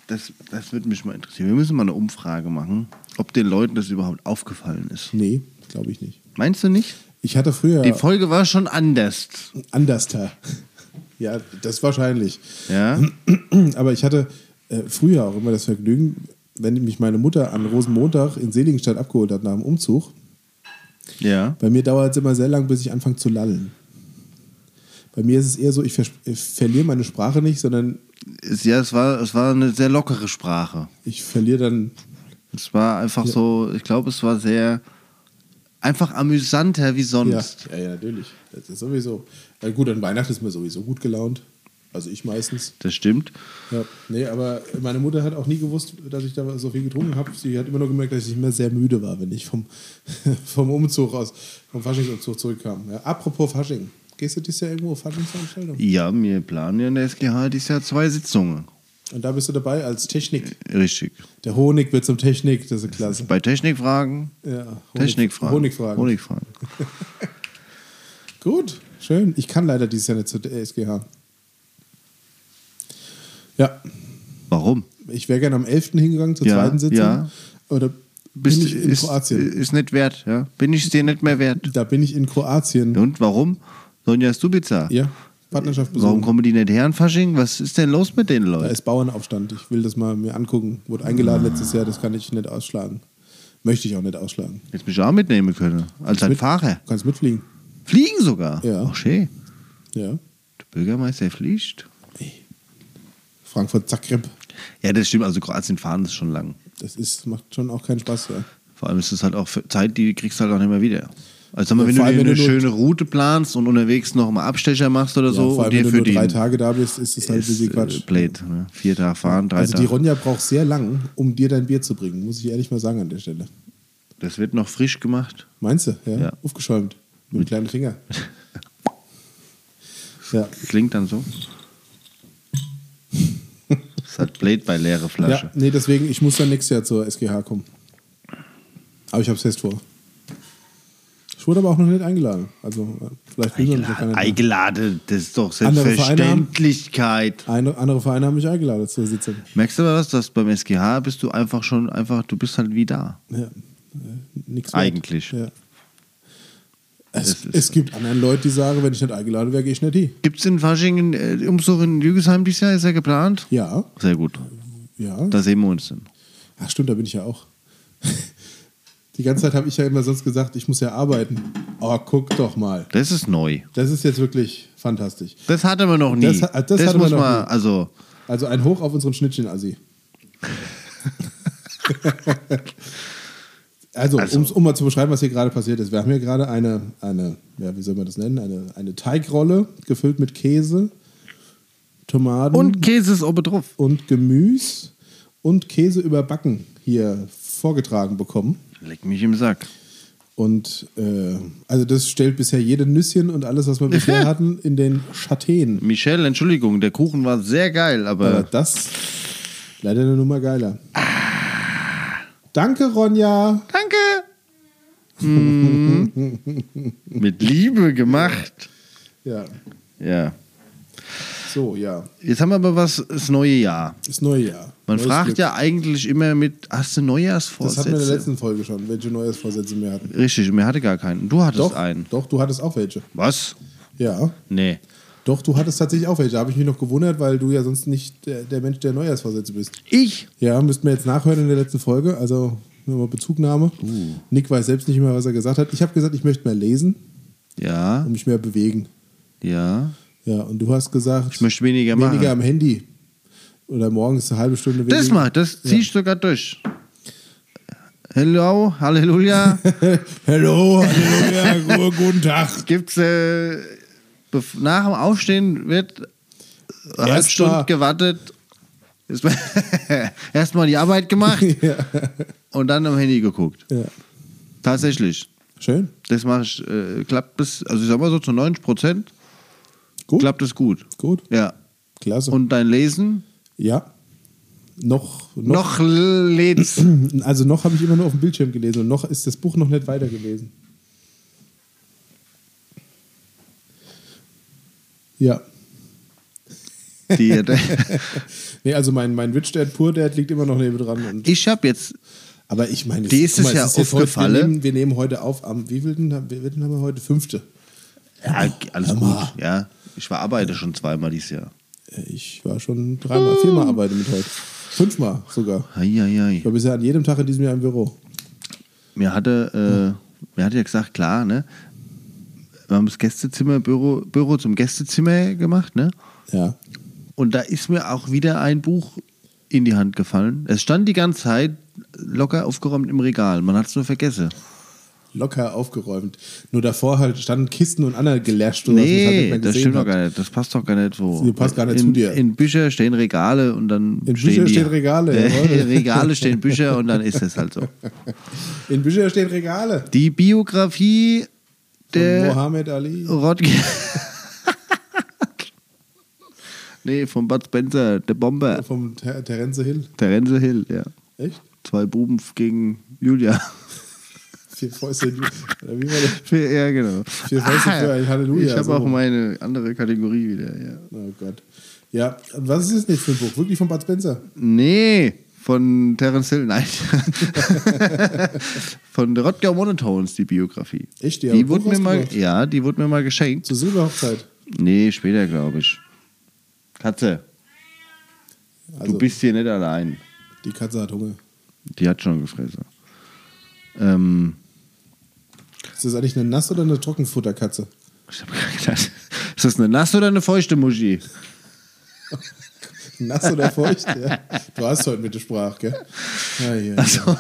Speaker 1: das, das würde mich mal interessieren. Wir müssen mal eine Umfrage machen, ob den Leuten das überhaupt aufgefallen ist.
Speaker 2: Nee, glaube ich nicht.
Speaker 1: Meinst du nicht?
Speaker 2: Ich hatte früher.
Speaker 1: Die Folge war schon anders.
Speaker 2: Anderster. Ja, das wahrscheinlich.
Speaker 1: Ja?
Speaker 2: Aber ich hatte äh, früher auch immer das Vergnügen, wenn mich meine Mutter an Rosenmontag in Seligenstadt abgeholt hat nach dem Umzug.
Speaker 1: Ja.
Speaker 2: Bei mir dauert es immer sehr lang, bis ich anfange zu lallen. Bei mir ist es eher so, ich, vers- ich verliere meine Sprache nicht, sondern
Speaker 1: Es, ja, es war, es war eine sehr lockere Sprache.
Speaker 2: ich verliere dann.
Speaker 1: Es war einfach so, ich glaube, es war sehr einfach amüsanter wie
Speaker 2: Ja,
Speaker 1: sonst.
Speaker 2: ja, ja, natürlich. Das ist sowieso. Na gut, an Weihnachten ist man sowieso gut gelaunt. Also ich meistens.
Speaker 1: Das stimmt.
Speaker 2: Ja, nee, aber meine Mutter hat auch nie gewusst, dass ich da so viel getrunken habe. Sie hat immer nur gemerkt, dass ich immer sehr müde war, wenn ich vom, vom Umzug aus, vom Faschingsumzug zurückkam. Ja, apropos Fasching. Gehst du dieses Jahr irgendwo auf Faschingsveranstaltung?
Speaker 1: Ja, wir planen ja in der SGH dieses Jahr zwei Sitzungen.
Speaker 2: Und da bist du dabei als Technik.
Speaker 1: Richtig.
Speaker 2: Der Honig wird zum Technik, das ist klasse.
Speaker 1: Bei Technikfragen.
Speaker 2: Ja, Honig-
Speaker 1: Technikfragen.
Speaker 2: Honigfragen.
Speaker 1: Honigfragen.
Speaker 2: Gut, schön. Ich kann leider dieses Jahr nicht zur SGH. Ja,
Speaker 1: Warum?
Speaker 2: ich wäre gerne am 11. hingegangen zur
Speaker 1: Ja,
Speaker 2: zweiten Sitzung.
Speaker 1: ja.
Speaker 2: Oder
Speaker 1: Bist-
Speaker 2: bin ich in
Speaker 1: ist, äh,
Speaker 2: Kroatien?
Speaker 1: Ist nicht wert, ja? Bin ich es dir nicht mehr wert?
Speaker 2: Da bin ich in Kroatien.
Speaker 1: Und warum? Sonja Stubica.
Speaker 2: Ja, Partnerschaft
Speaker 1: Warum kommen die nicht her in Fasching? Was ist denn los mit den
Speaker 2: Da
Speaker 1: Leuten?
Speaker 2: ist Bauernaufstand. Ich will das mal mir angucken. Wurde
Speaker 1: Ah.
Speaker 2: eingeladen letztes Jahr, das kann ich nicht ausschlagen. Möchte ich auch nicht ausschlagen.
Speaker 1: Jetzt mich auch mitnehmen können. Als ein
Speaker 2: Mit-
Speaker 1: halt Fahrer.
Speaker 2: Du kannst mitfliegen.
Speaker 1: Fliegen sogar.
Speaker 2: Ja.
Speaker 1: Ach, schön.
Speaker 2: Ja.
Speaker 1: Der Bürgermeister fliegt.
Speaker 2: Frankfurt Zagreb.
Speaker 1: Ja, das stimmt. Also Kroatien fahren ist schon lang.
Speaker 2: Das ist, macht schon auch keinen Spaß. Ja.
Speaker 1: Vor allem ist es halt auch für Zeit, die kriegst du halt auch nicht mehr wieder. Also sag mal,
Speaker 2: Ja,
Speaker 1: wenn du
Speaker 2: vor
Speaker 1: dir
Speaker 2: allem, wenn
Speaker 1: eine
Speaker 2: du nur-
Speaker 1: schöne Route planst und unterwegs noch mal Abstecher machst oder
Speaker 2: Ja,
Speaker 1: so
Speaker 2: vor allem,
Speaker 1: und dir
Speaker 2: wenn du
Speaker 1: für
Speaker 2: nur
Speaker 1: die
Speaker 2: drei Tage da bist, ist es halt ein
Speaker 1: ist,
Speaker 2: bisschen
Speaker 1: äh,
Speaker 2: Quatsch.
Speaker 1: Blade, ne? vier Tage fahren, drei
Speaker 2: Also die
Speaker 1: Tage.
Speaker 2: Ronja braucht sehr lang, um dir dein Bier zu bringen, muss ich ehrlich mal sagen an der Stelle.
Speaker 1: Das wird noch frisch gemacht.
Speaker 2: Meinst du? Ja.
Speaker 1: Ja.
Speaker 2: Aufgeschäumt. Mit dem kleinen Finger. ja.
Speaker 1: Klingt dann so. Das ist halt Blade bei leere Flasche.
Speaker 2: ja. Nee, deswegen, ich muss dann nächstes Jahr zur SGH kommen. Aber ich hab's fest vor. Ich wurde aber auch noch nicht eingeladen. Also, äh, vielleicht will man mich ja
Speaker 1: Eingeladen,
Speaker 2: keiner.
Speaker 1: eingeladen, das ist doch
Speaker 2: Andere Vereine haben-
Speaker 1: Selbstverständlichkeit.
Speaker 2: Ein, andere Vereine haben mich eingeladen zur Sitzung.
Speaker 1: Merkst du aber was, dass beim SGH bist du einfach schon, einfach, du bist halt wie da.
Speaker 2: Ja. Äh, Nix wert.
Speaker 1: Eigentlich.
Speaker 2: Ja. Es,
Speaker 1: Es ist-
Speaker 2: es gibt anderen Leute, die sagen, wenn ich nicht eingeladen wäre, gehe ich nicht hin.
Speaker 1: Gibt es in Fasching einen äh, Umzug in Lügesheim dieses Jahr? Ist er geplant?
Speaker 2: Ja,
Speaker 1: Sehr gut.
Speaker 2: ja.
Speaker 1: Da sehen wir uns dann.
Speaker 2: Ach stimmt, da bin ich ja auch. Die ganze Zeit habe ich ja immer sonst gesagt, ich muss ja arbeiten. Oh, guck doch mal.
Speaker 1: Das ist neu.
Speaker 2: Das ist jetzt wirklich fantastisch.
Speaker 1: Das hatte man noch nie.
Speaker 2: Das
Speaker 1: Das,
Speaker 2: ha- das hatten wir
Speaker 1: muss
Speaker 2: noch
Speaker 1: man,
Speaker 2: nie.
Speaker 1: also,
Speaker 2: Also ein Hoch auf unseren Schnittchen, Assi. also,
Speaker 1: Also.
Speaker 2: um's- um mal zu beschreiben, was hier gerade passiert ist. Wir haben hier gerade eine, eine ja, wie soll man das nennen? Eine, eine Teigrolle gefüllt mit Käse, Tomaten
Speaker 1: und Käse ist obendrauf.
Speaker 2: und Gemüse und Käse überbacken hier vorgetragen bekommen.
Speaker 1: Leck mich im Sack.
Speaker 2: Und äh, also das stellt bisher jede Nüsschen und alles, was wir bisher hatten, in den Schatten.
Speaker 1: Michelle, Entschuldigung, der Kuchen war sehr geil,
Speaker 2: Aber
Speaker 1: aber
Speaker 2: Äh, das leider eine Nummer geiler. Danke, Ronja.
Speaker 1: danke. Mm. Mit Liebe gemacht.
Speaker 2: Ja,
Speaker 1: Ja.
Speaker 2: so, ja.
Speaker 1: Jetzt haben wir aber was, das neue Jahr.
Speaker 2: Das neue Jahr.
Speaker 1: Man
Speaker 2: Neues
Speaker 1: fragt
Speaker 2: Glück.
Speaker 1: ja eigentlich immer mit, hast du
Speaker 2: Das hatten wir in der
Speaker 1: Neujahrsvorsätze?
Speaker 2: letzten Folge schon, welche Neujahrsvorsätze wir hatten.
Speaker 1: Richtig, mir hatte gar keinen. Du hattest
Speaker 2: Doch,
Speaker 1: einen.
Speaker 2: doch, du hattest auch welche.
Speaker 1: Was?
Speaker 2: Ja.
Speaker 1: Nee.
Speaker 2: Doch, du hattest tatsächlich auch welche. Da habe ich mich noch gewundert, weil du ja sonst nicht der, der Mensch der Neujahrsvorsätze bist.
Speaker 1: Ich?
Speaker 2: Ja, müssten wir jetzt nachhören in der letzten Folge. Also nochmal Bezugnahme.
Speaker 1: Uh.
Speaker 2: Nick weiß selbst nicht mehr, was er gesagt hat. Ich habe gesagt, ich möchte mehr lesen
Speaker 1: Ja,
Speaker 2: und mich mehr bewegen.
Speaker 1: ja.
Speaker 2: Ja, und du hast gesagt,
Speaker 1: Ich möchte weniger machen.
Speaker 2: weniger am Handy. Oder morgens eine halbe Stunde
Speaker 1: Das mal, das zieh ich sogar durch. Hello, Halleluja.
Speaker 2: Hallo, Halleluja, gu- guten Tag.
Speaker 1: Gibt's äh, bef- nach dem Aufstehen wird eine halbe
Speaker 2: Erst mal-
Speaker 1: Stunde gewartet. Ist man- Erstmal die Arbeit gemacht
Speaker 2: ja.
Speaker 1: und dann am Handy geguckt.
Speaker 2: Ja.
Speaker 1: Tatsächlich.
Speaker 2: Schön.
Speaker 1: Das mache ich, äh, klappt bis, also ich sag mal so zu 90 Prozent,
Speaker 2: Gut.
Speaker 1: klappt es gut.
Speaker 2: Gut.
Speaker 1: Ja.
Speaker 2: Klasse.
Speaker 1: Und dein Lesen?
Speaker 2: ja. Noch, noch,
Speaker 1: Noch lädst.
Speaker 2: Also noch habe ich immer nur auf dem Bildschirm gelesen und noch ist das Buch noch nicht weiter gewesen. Ja.
Speaker 1: Die,
Speaker 2: Nee, also mein, mein Rich Dad, Poor Dad liegt immer noch neben dran. Und,
Speaker 1: ich habe jetzt
Speaker 2: aber ich meine,
Speaker 1: Dir ist
Speaker 2: guck
Speaker 1: es ja
Speaker 2: jetzt heute- Wir
Speaker 1: aufgefallen.
Speaker 2: nehmen, wir nehmen heute auf am, wie viel denn, wie viel denn haben wir heute? Fünfte.
Speaker 1: Ja, alles
Speaker 2: hör mal.
Speaker 1: gut. Ja, ich verarbeite schon zweimal dieses Jahr.
Speaker 2: Äh, Ich war schon dreimal,
Speaker 1: Hm.
Speaker 2: viermal arbeiten mit heute. Fünfmal sogar.
Speaker 1: Eieiei.
Speaker 2: Ich war bisher an jedem Tag in diesem Jahr im Büro.
Speaker 1: Mir hatte, äh, mir hatte ja gesagt, klar, ne? Wir haben das Gästezimmer, Büro, Büro zum Gästezimmer gemacht, ne?
Speaker 2: Ja.
Speaker 1: Und da ist mir auch wieder ein Buch in die Hand gefallen. Es stand die ganze Zeit locker aufgeräumt im Regal. Man hat es nur vergessen.
Speaker 2: Locker aufgeräumt. Nur davor halt standen Kisten und andere gelöscht oder was man halt
Speaker 1: nee,
Speaker 2: nicht mehr
Speaker 1: das
Speaker 2: gesehen
Speaker 1: stimmt doch
Speaker 2: hat.
Speaker 1: gar nicht. Das passt doch gar nicht so.
Speaker 2: Das passt gar nicht
Speaker 1: in,
Speaker 2: zu dir.
Speaker 1: In Bücher stehen Regale und dann.
Speaker 2: In Bücher stehen Regale, jawohl.
Speaker 1: Regale stehen Bücher und dann ist es halt so.
Speaker 2: In Büchern stehen Regale.
Speaker 1: Die Biografie
Speaker 2: Von
Speaker 1: der Oh.
Speaker 2: Mohammed Ali.
Speaker 1: Rodger. nee, von Bud Spencer, der Bomber.
Speaker 2: Vom Ter Terence Hill.
Speaker 1: Terence Hill, ja.
Speaker 2: Echt?
Speaker 1: Zwei Buben gegen Julia.
Speaker 2: Vier Fäuste. in die- Oder wie war das?
Speaker 1: ja, genau.
Speaker 2: Vier Fäuste für ein Halleluja, also.
Speaker 1: Ich habe
Speaker 2: so
Speaker 1: auch
Speaker 2: rum.
Speaker 1: meine andere Kategorie wieder, ja.
Speaker 2: Oh Gott. Ja, was ist das nächste Buch? Wirklich von Bud Spencer?
Speaker 1: Nee, von Terence Hill, nein. von der Rodger Monotones, die Biografie.
Speaker 2: Echt? Die
Speaker 1: Die,
Speaker 2: haben ein
Speaker 1: wurde
Speaker 2: Buch
Speaker 1: mir mal,
Speaker 2: rausgebracht?
Speaker 1: ja, die wurde mir mal geschenkt.
Speaker 2: Zur Silberhochzeit.
Speaker 1: Nee, später, glaube ich. Katze,
Speaker 2: Also,
Speaker 1: du bist hier nicht allein.
Speaker 2: die Katze hat Hunger.
Speaker 1: Die hat schon gefressen. Ähm,
Speaker 2: Ist das eigentlich eine Nass- oder eine Trockenfutterkatze?
Speaker 1: ich habe gedacht, ist das eine nasse oder eine feuchte Muschi?
Speaker 2: Nass oder feucht? ja. Du hast heute mit der Ah, Sprache, gell? Ja, ja, ja.
Speaker 1: Also,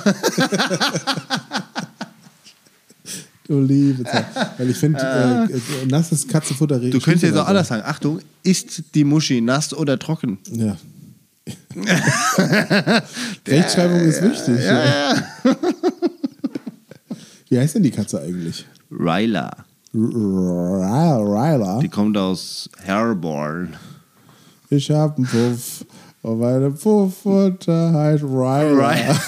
Speaker 2: Du liebe Zeit. Weil ich finde, äh, nasses Katzenfutter
Speaker 1: Du könntest jetzt auch anders sagen. Achtung, ist die Muschi nass oder trocken?
Speaker 2: Ja. Rechtschreibung ist wichtig.
Speaker 1: Ja, ja.
Speaker 2: Wie heißt denn die Katze eigentlich?
Speaker 1: Ryla.
Speaker 2: R- R- Ryla.
Speaker 1: Die kommt aus Herborn.
Speaker 2: Ich hab einen Puff. Und meine Puffmutter heißt Ryla.
Speaker 1: Ryla.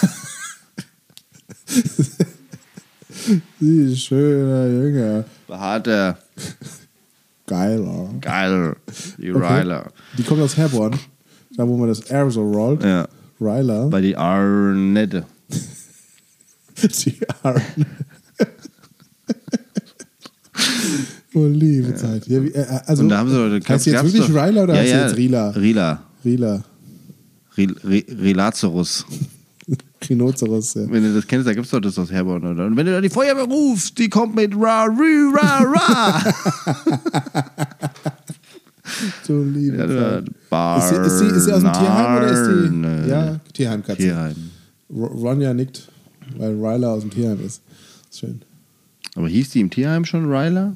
Speaker 2: Sie ist schöner, jünger,
Speaker 1: Behaarte,
Speaker 2: geiler.
Speaker 1: geil. Die
Speaker 2: Okay.
Speaker 1: Ryla.
Speaker 2: Die kommt aus Herborn. Da, wo man das R so rollt.
Speaker 1: Ja.
Speaker 2: Ryla.
Speaker 1: Bei die Arnette.
Speaker 2: Die Arme. oh, liebe Zeit. Ja, wie, äh, also,
Speaker 1: Und da haben sie Leute.
Speaker 2: heißt sie jetzt wirklich Ryla oder
Speaker 1: ja,
Speaker 2: heißt sie
Speaker 1: ja,
Speaker 2: jetzt Rila?
Speaker 1: Rila.
Speaker 2: Rila.
Speaker 1: Ril- Ri- Rilazarus.
Speaker 2: Rhinoceros, ja.
Speaker 1: Wenn du das kennst, da gibt es doch das aus Herborn, oder? Und wenn du da die Feuerwehr rufst, die kommt mit Ra, Rü, Ra, Ra.
Speaker 2: Du liebe
Speaker 1: ja,
Speaker 2: Zeit.
Speaker 1: da- Bar
Speaker 2: Ist sie, ist, sie, ist sie aus dem Tierheim oder ist
Speaker 1: Narne.
Speaker 2: die. Ja, Tierheimkatze.
Speaker 1: Tierheim.
Speaker 2: R- Ronja nickt, weil Ryla aus dem Tierheim ist. ist schön.
Speaker 1: Aber hieß die im Tierheim schon Ryla?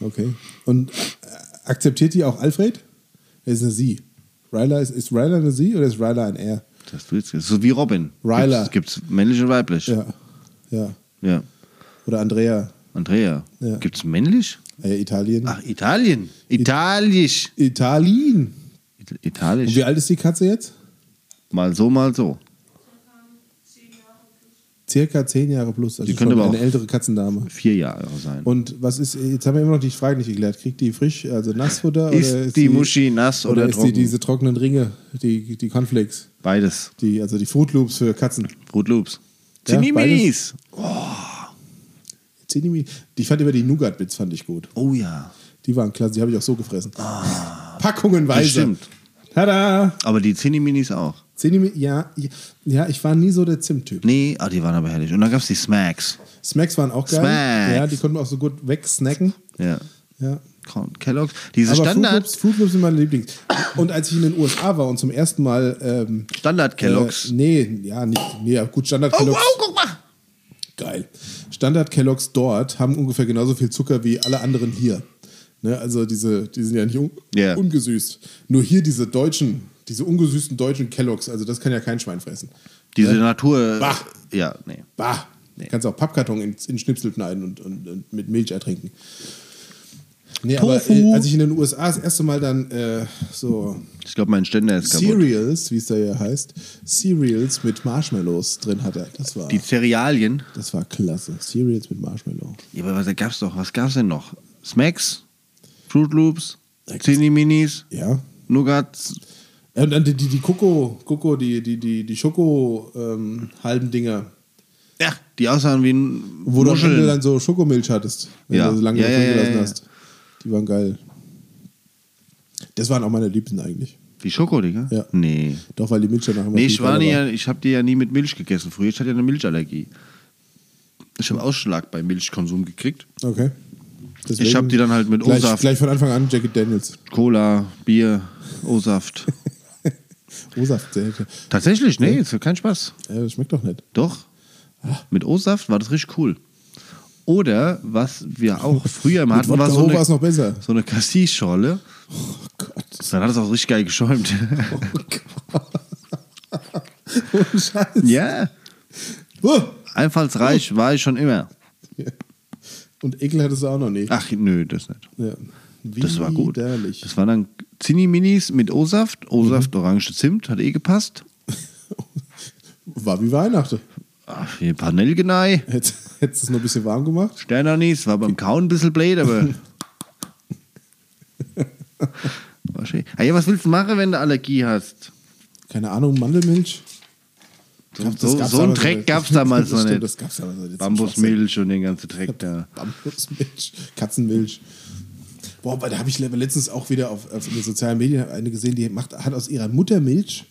Speaker 2: Okay. Und äh, akzeptiert die auch Alfred? Er ist eine Sie. Ryla ist, ist Ryla eine Sie oder ist Ryla ein Er?
Speaker 1: Das du jetzt, so wie Robin.
Speaker 2: Ryla.
Speaker 1: Gibt es männlich und weiblich?
Speaker 2: Ja. Ja.
Speaker 1: Ja.
Speaker 2: Oder Andrea.
Speaker 1: Andrea.
Speaker 2: Ja.
Speaker 1: Gibt es männlich?
Speaker 2: Äh, Italien.
Speaker 1: Ach, Italien. Italisch.
Speaker 2: Italien.
Speaker 1: It-
Speaker 2: Und
Speaker 1: Italisch.
Speaker 2: wie alt ist die Katze jetzt?
Speaker 1: Mal so, mal so.
Speaker 2: Circa zehn Jahre plus. Also
Speaker 1: Die könnte
Speaker 2: schon
Speaker 1: aber
Speaker 2: eine
Speaker 1: auch-
Speaker 2: ältere Katzendame.
Speaker 1: Vier Jahre sein.
Speaker 2: Und was ist, jetzt haben wir immer noch die Frage nicht geklärt. Kriegt die frisch, also Nassfutter?
Speaker 1: Ist
Speaker 2: oder ist
Speaker 1: die Muschi nass
Speaker 2: oder,
Speaker 1: oder
Speaker 2: ist die
Speaker 1: trocken?
Speaker 2: diese trockenen Ringe, die, die Cornflakes,
Speaker 1: Beides.
Speaker 2: die, also die Fruit Loops für Katzen?
Speaker 1: Fruit Loops.
Speaker 2: Ja,
Speaker 1: Zinimis.
Speaker 2: Zinimi. Die fand über die Nougat-Bits fand ich gut.
Speaker 1: Oh ja.
Speaker 2: Die waren klasse, die habe ich auch so gefressen. Packungenweise.
Speaker 1: Bestimmt.
Speaker 2: Tada!
Speaker 1: Aber die Ziniminis auch.
Speaker 2: Zinimi, ja, ja, ich war nie so der Zimt-Typ.
Speaker 1: Nee, ah, die waren aber herrlich. Und dann gab es die Smacks.
Speaker 2: Smacks waren auch geil.
Speaker 1: Smacks.
Speaker 2: Ja, die konnten wir auch so gut wegsnacken.
Speaker 1: Ja.
Speaker 2: Ja.
Speaker 1: Corn- Kellogg's. Diese
Speaker 2: Aber Fruit
Speaker 1: Standard,
Speaker 2: Loops, Fruit Loops sind meine Lieblings. Und als ich in den USA war und zum ersten Mal ähm,
Speaker 1: Standard Kellogg's.
Speaker 2: Äh, nee, ja, nicht. Nee, ja, gut, Standard
Speaker 1: oh,
Speaker 2: Kellogg's.
Speaker 1: wow, guck mal.
Speaker 2: Geil. Standard Kellogg's dort haben ungefähr genauso viel Zucker wie alle anderen hier. Ne, also diese, die sind ja nicht un
Speaker 1: Ja.
Speaker 2: ungesüßt. Nur hier diese deutschen, diese ungesüßten deutschen Kellogg's, also das kann ja kein Schwein fressen.
Speaker 1: Diese Natur.
Speaker 2: Bah.
Speaker 1: Ja, nee.
Speaker 2: Bah! Kannst auch Pappkarton in, in Schnipsel schneiden und, und, und mit Milch ertrinken. Nee, aber
Speaker 1: Tofu.
Speaker 2: äh, als ich in den USA das erste Mal dann äh, so
Speaker 1: Ich glaube, mein Ständer ist kaputt.
Speaker 2: Cereals, wie es da ja heißt, Cereals mit Marshmallows drin hatte, das war...
Speaker 1: Die Cerealien.
Speaker 2: Das war klasse. Cereals mit Marshmallow.
Speaker 1: Ja, aber was gab's doch? Was gab's denn noch? Smacks, Fruit Loops,
Speaker 2: Da gibt's-
Speaker 1: Ziniminis,
Speaker 2: Ja.
Speaker 1: Nougats.
Speaker 2: Ja, Und dann die, die, die Coco, Coco, die, die, die, die Schoko ähm, halben Dinger,
Speaker 1: Ja, die aussahen wie ein
Speaker 2: wo du am Ende
Speaker 1: Muscheln.
Speaker 2: dann so Schokomilch hattest, wenn
Speaker 1: Ja.
Speaker 2: du so lange
Speaker 1: Ja,
Speaker 2: davon
Speaker 1: ja, ja,
Speaker 2: gelassen
Speaker 1: ja.
Speaker 2: hast. Die waren geil. Das waren auch meine Liebsten eigentlich.
Speaker 1: Wie Schoko, Digga?
Speaker 2: Ja.
Speaker 1: Nee.
Speaker 2: Doch, weil die Milch danach immer
Speaker 1: Nee,
Speaker 2: viel
Speaker 1: ich, war
Speaker 2: geiler
Speaker 1: nie, ich habe die ja nie mit Milch gegessen früher. Ich hatte ja eine Milchallergie. Ich habe Ausschlag bei Milchkonsum gekriegt.
Speaker 2: Okay. Deswegen
Speaker 1: Ich hab die dann halt mit
Speaker 2: gleich,
Speaker 1: O-Saft.
Speaker 2: gleich von Anfang an Jacket Daniels.
Speaker 1: Cola, Bier, O-Saft.
Speaker 2: O-Saft, sehr- äh,
Speaker 1: Tatsächlich, nee, ist kein Spaß.
Speaker 2: das schmeckt doch nicht.
Speaker 1: Doch.
Speaker 2: Ah.
Speaker 1: Mit O-Saft war das richtig cool. Oder was wir auch früher mal hatten,
Speaker 2: Mit
Speaker 1: war
Speaker 2: Wodka
Speaker 1: so
Speaker 2: hoch war's
Speaker 1: eine,
Speaker 2: noch besser.
Speaker 1: so eine Cassis-Schorle.
Speaker 2: Oh Gott.
Speaker 1: Dann hat es auch richtig geil geschäumt.
Speaker 2: Oh Gott. oh Scheiße.
Speaker 1: ja.
Speaker 2: Uh.
Speaker 1: Einfallsreich war ich schon immer.
Speaker 2: Ja. Und Ekel hattest du auch noch nicht.
Speaker 1: Ach, nö, das nicht.
Speaker 2: Ja. Wie
Speaker 1: Das war gut.
Speaker 2: Widerlich. Mhm.
Speaker 1: Das waren dann Zinni-Minis mit O-Saft. O-Saft, orange Zimt, hat eh gepasst.
Speaker 2: War wie Weihnachten.
Speaker 1: Ach, hier Panelgenei.
Speaker 2: Hätt- Hättest du es nur ein bisschen warm gemacht?
Speaker 1: Sternanis, war beim Kauen ein bisschen blöd, aber. war schön. Ah, ja, was willst du machen, wenn du Allergie hast?
Speaker 2: Keine Ahnung, Mandelmilch?
Speaker 1: So,
Speaker 2: Das
Speaker 1: so,
Speaker 2: gab's
Speaker 1: so einen
Speaker 2: damals
Speaker 1: Dreck
Speaker 2: nicht.
Speaker 1: gab es damals
Speaker 2: Das
Speaker 1: noch
Speaker 2: stimmt,
Speaker 1: nicht.
Speaker 2: Das gab's damals noch nicht.
Speaker 1: Bambusmilch und den ganzen Dreck da.
Speaker 2: Bambusmilch, Katzenmilch. Boah, aber da habe ich letztens auch wieder auf, auf den sozialen Medien eine gesehen, die macht, hat aus ihrer Muttermilch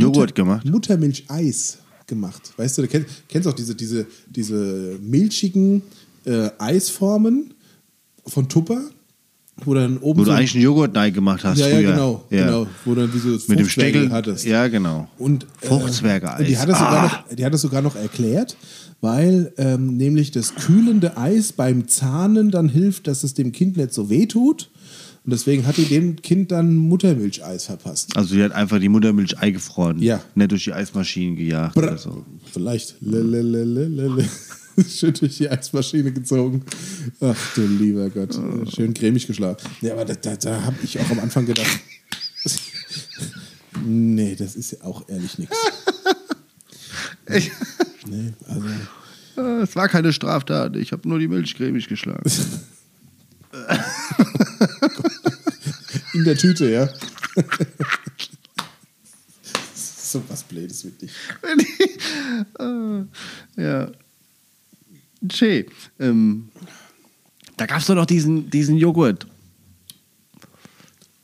Speaker 1: Joghurt gemacht.
Speaker 2: Muttermilch-Eis gemacht. Weißt du, du kennst, kennst auch diese, diese, diese milchigen äh, Eisformen von Tupper, Wo dann oben
Speaker 1: Wo du
Speaker 2: so-
Speaker 1: eigentlich einen Joghurt neig gemacht hast
Speaker 2: ja,
Speaker 1: früher.
Speaker 2: ja, genau,
Speaker 1: Ja.
Speaker 2: genau. Wo dann diese
Speaker 1: Mit dem Steckel.
Speaker 2: hattest.
Speaker 1: Ja, genau.
Speaker 2: Und, äh,
Speaker 1: Fruchtzwergeeis.
Speaker 2: Und die hat das sogar, noch, die hat das sogar noch erklärt, weil ähm, nämlich das kühlende Eis beim Zahnen dann hilft, dass es dem Kind nicht so weh tut. Und deswegen hat die dem Kind dann Muttermilcheis verpasst.
Speaker 1: Also die hat einfach die Muttermilch eingefroren.
Speaker 2: Ja.
Speaker 1: Nicht durch die Eismaschinen gejagt
Speaker 2: Brr.
Speaker 1: oder so.
Speaker 2: Also, Vielleicht. Lelelelelele. Schön durch die Eismaschine gezogen. Ach du lieber Gott. Schön cremig geschlagen. Ja, aber da, da, da habe ich auch am Anfang gedacht. Nee, das ist ja auch ehrlich nichts. Nee, also.
Speaker 1: Äh, Es war keine Straftat. Ich habe nur die Milch cremig geschlagen.
Speaker 2: In der Tüte, ja. so was Blödes mit dich.
Speaker 1: äh, ja. Che. Ähm, da gab es doch noch diesen, diesen Joghurt.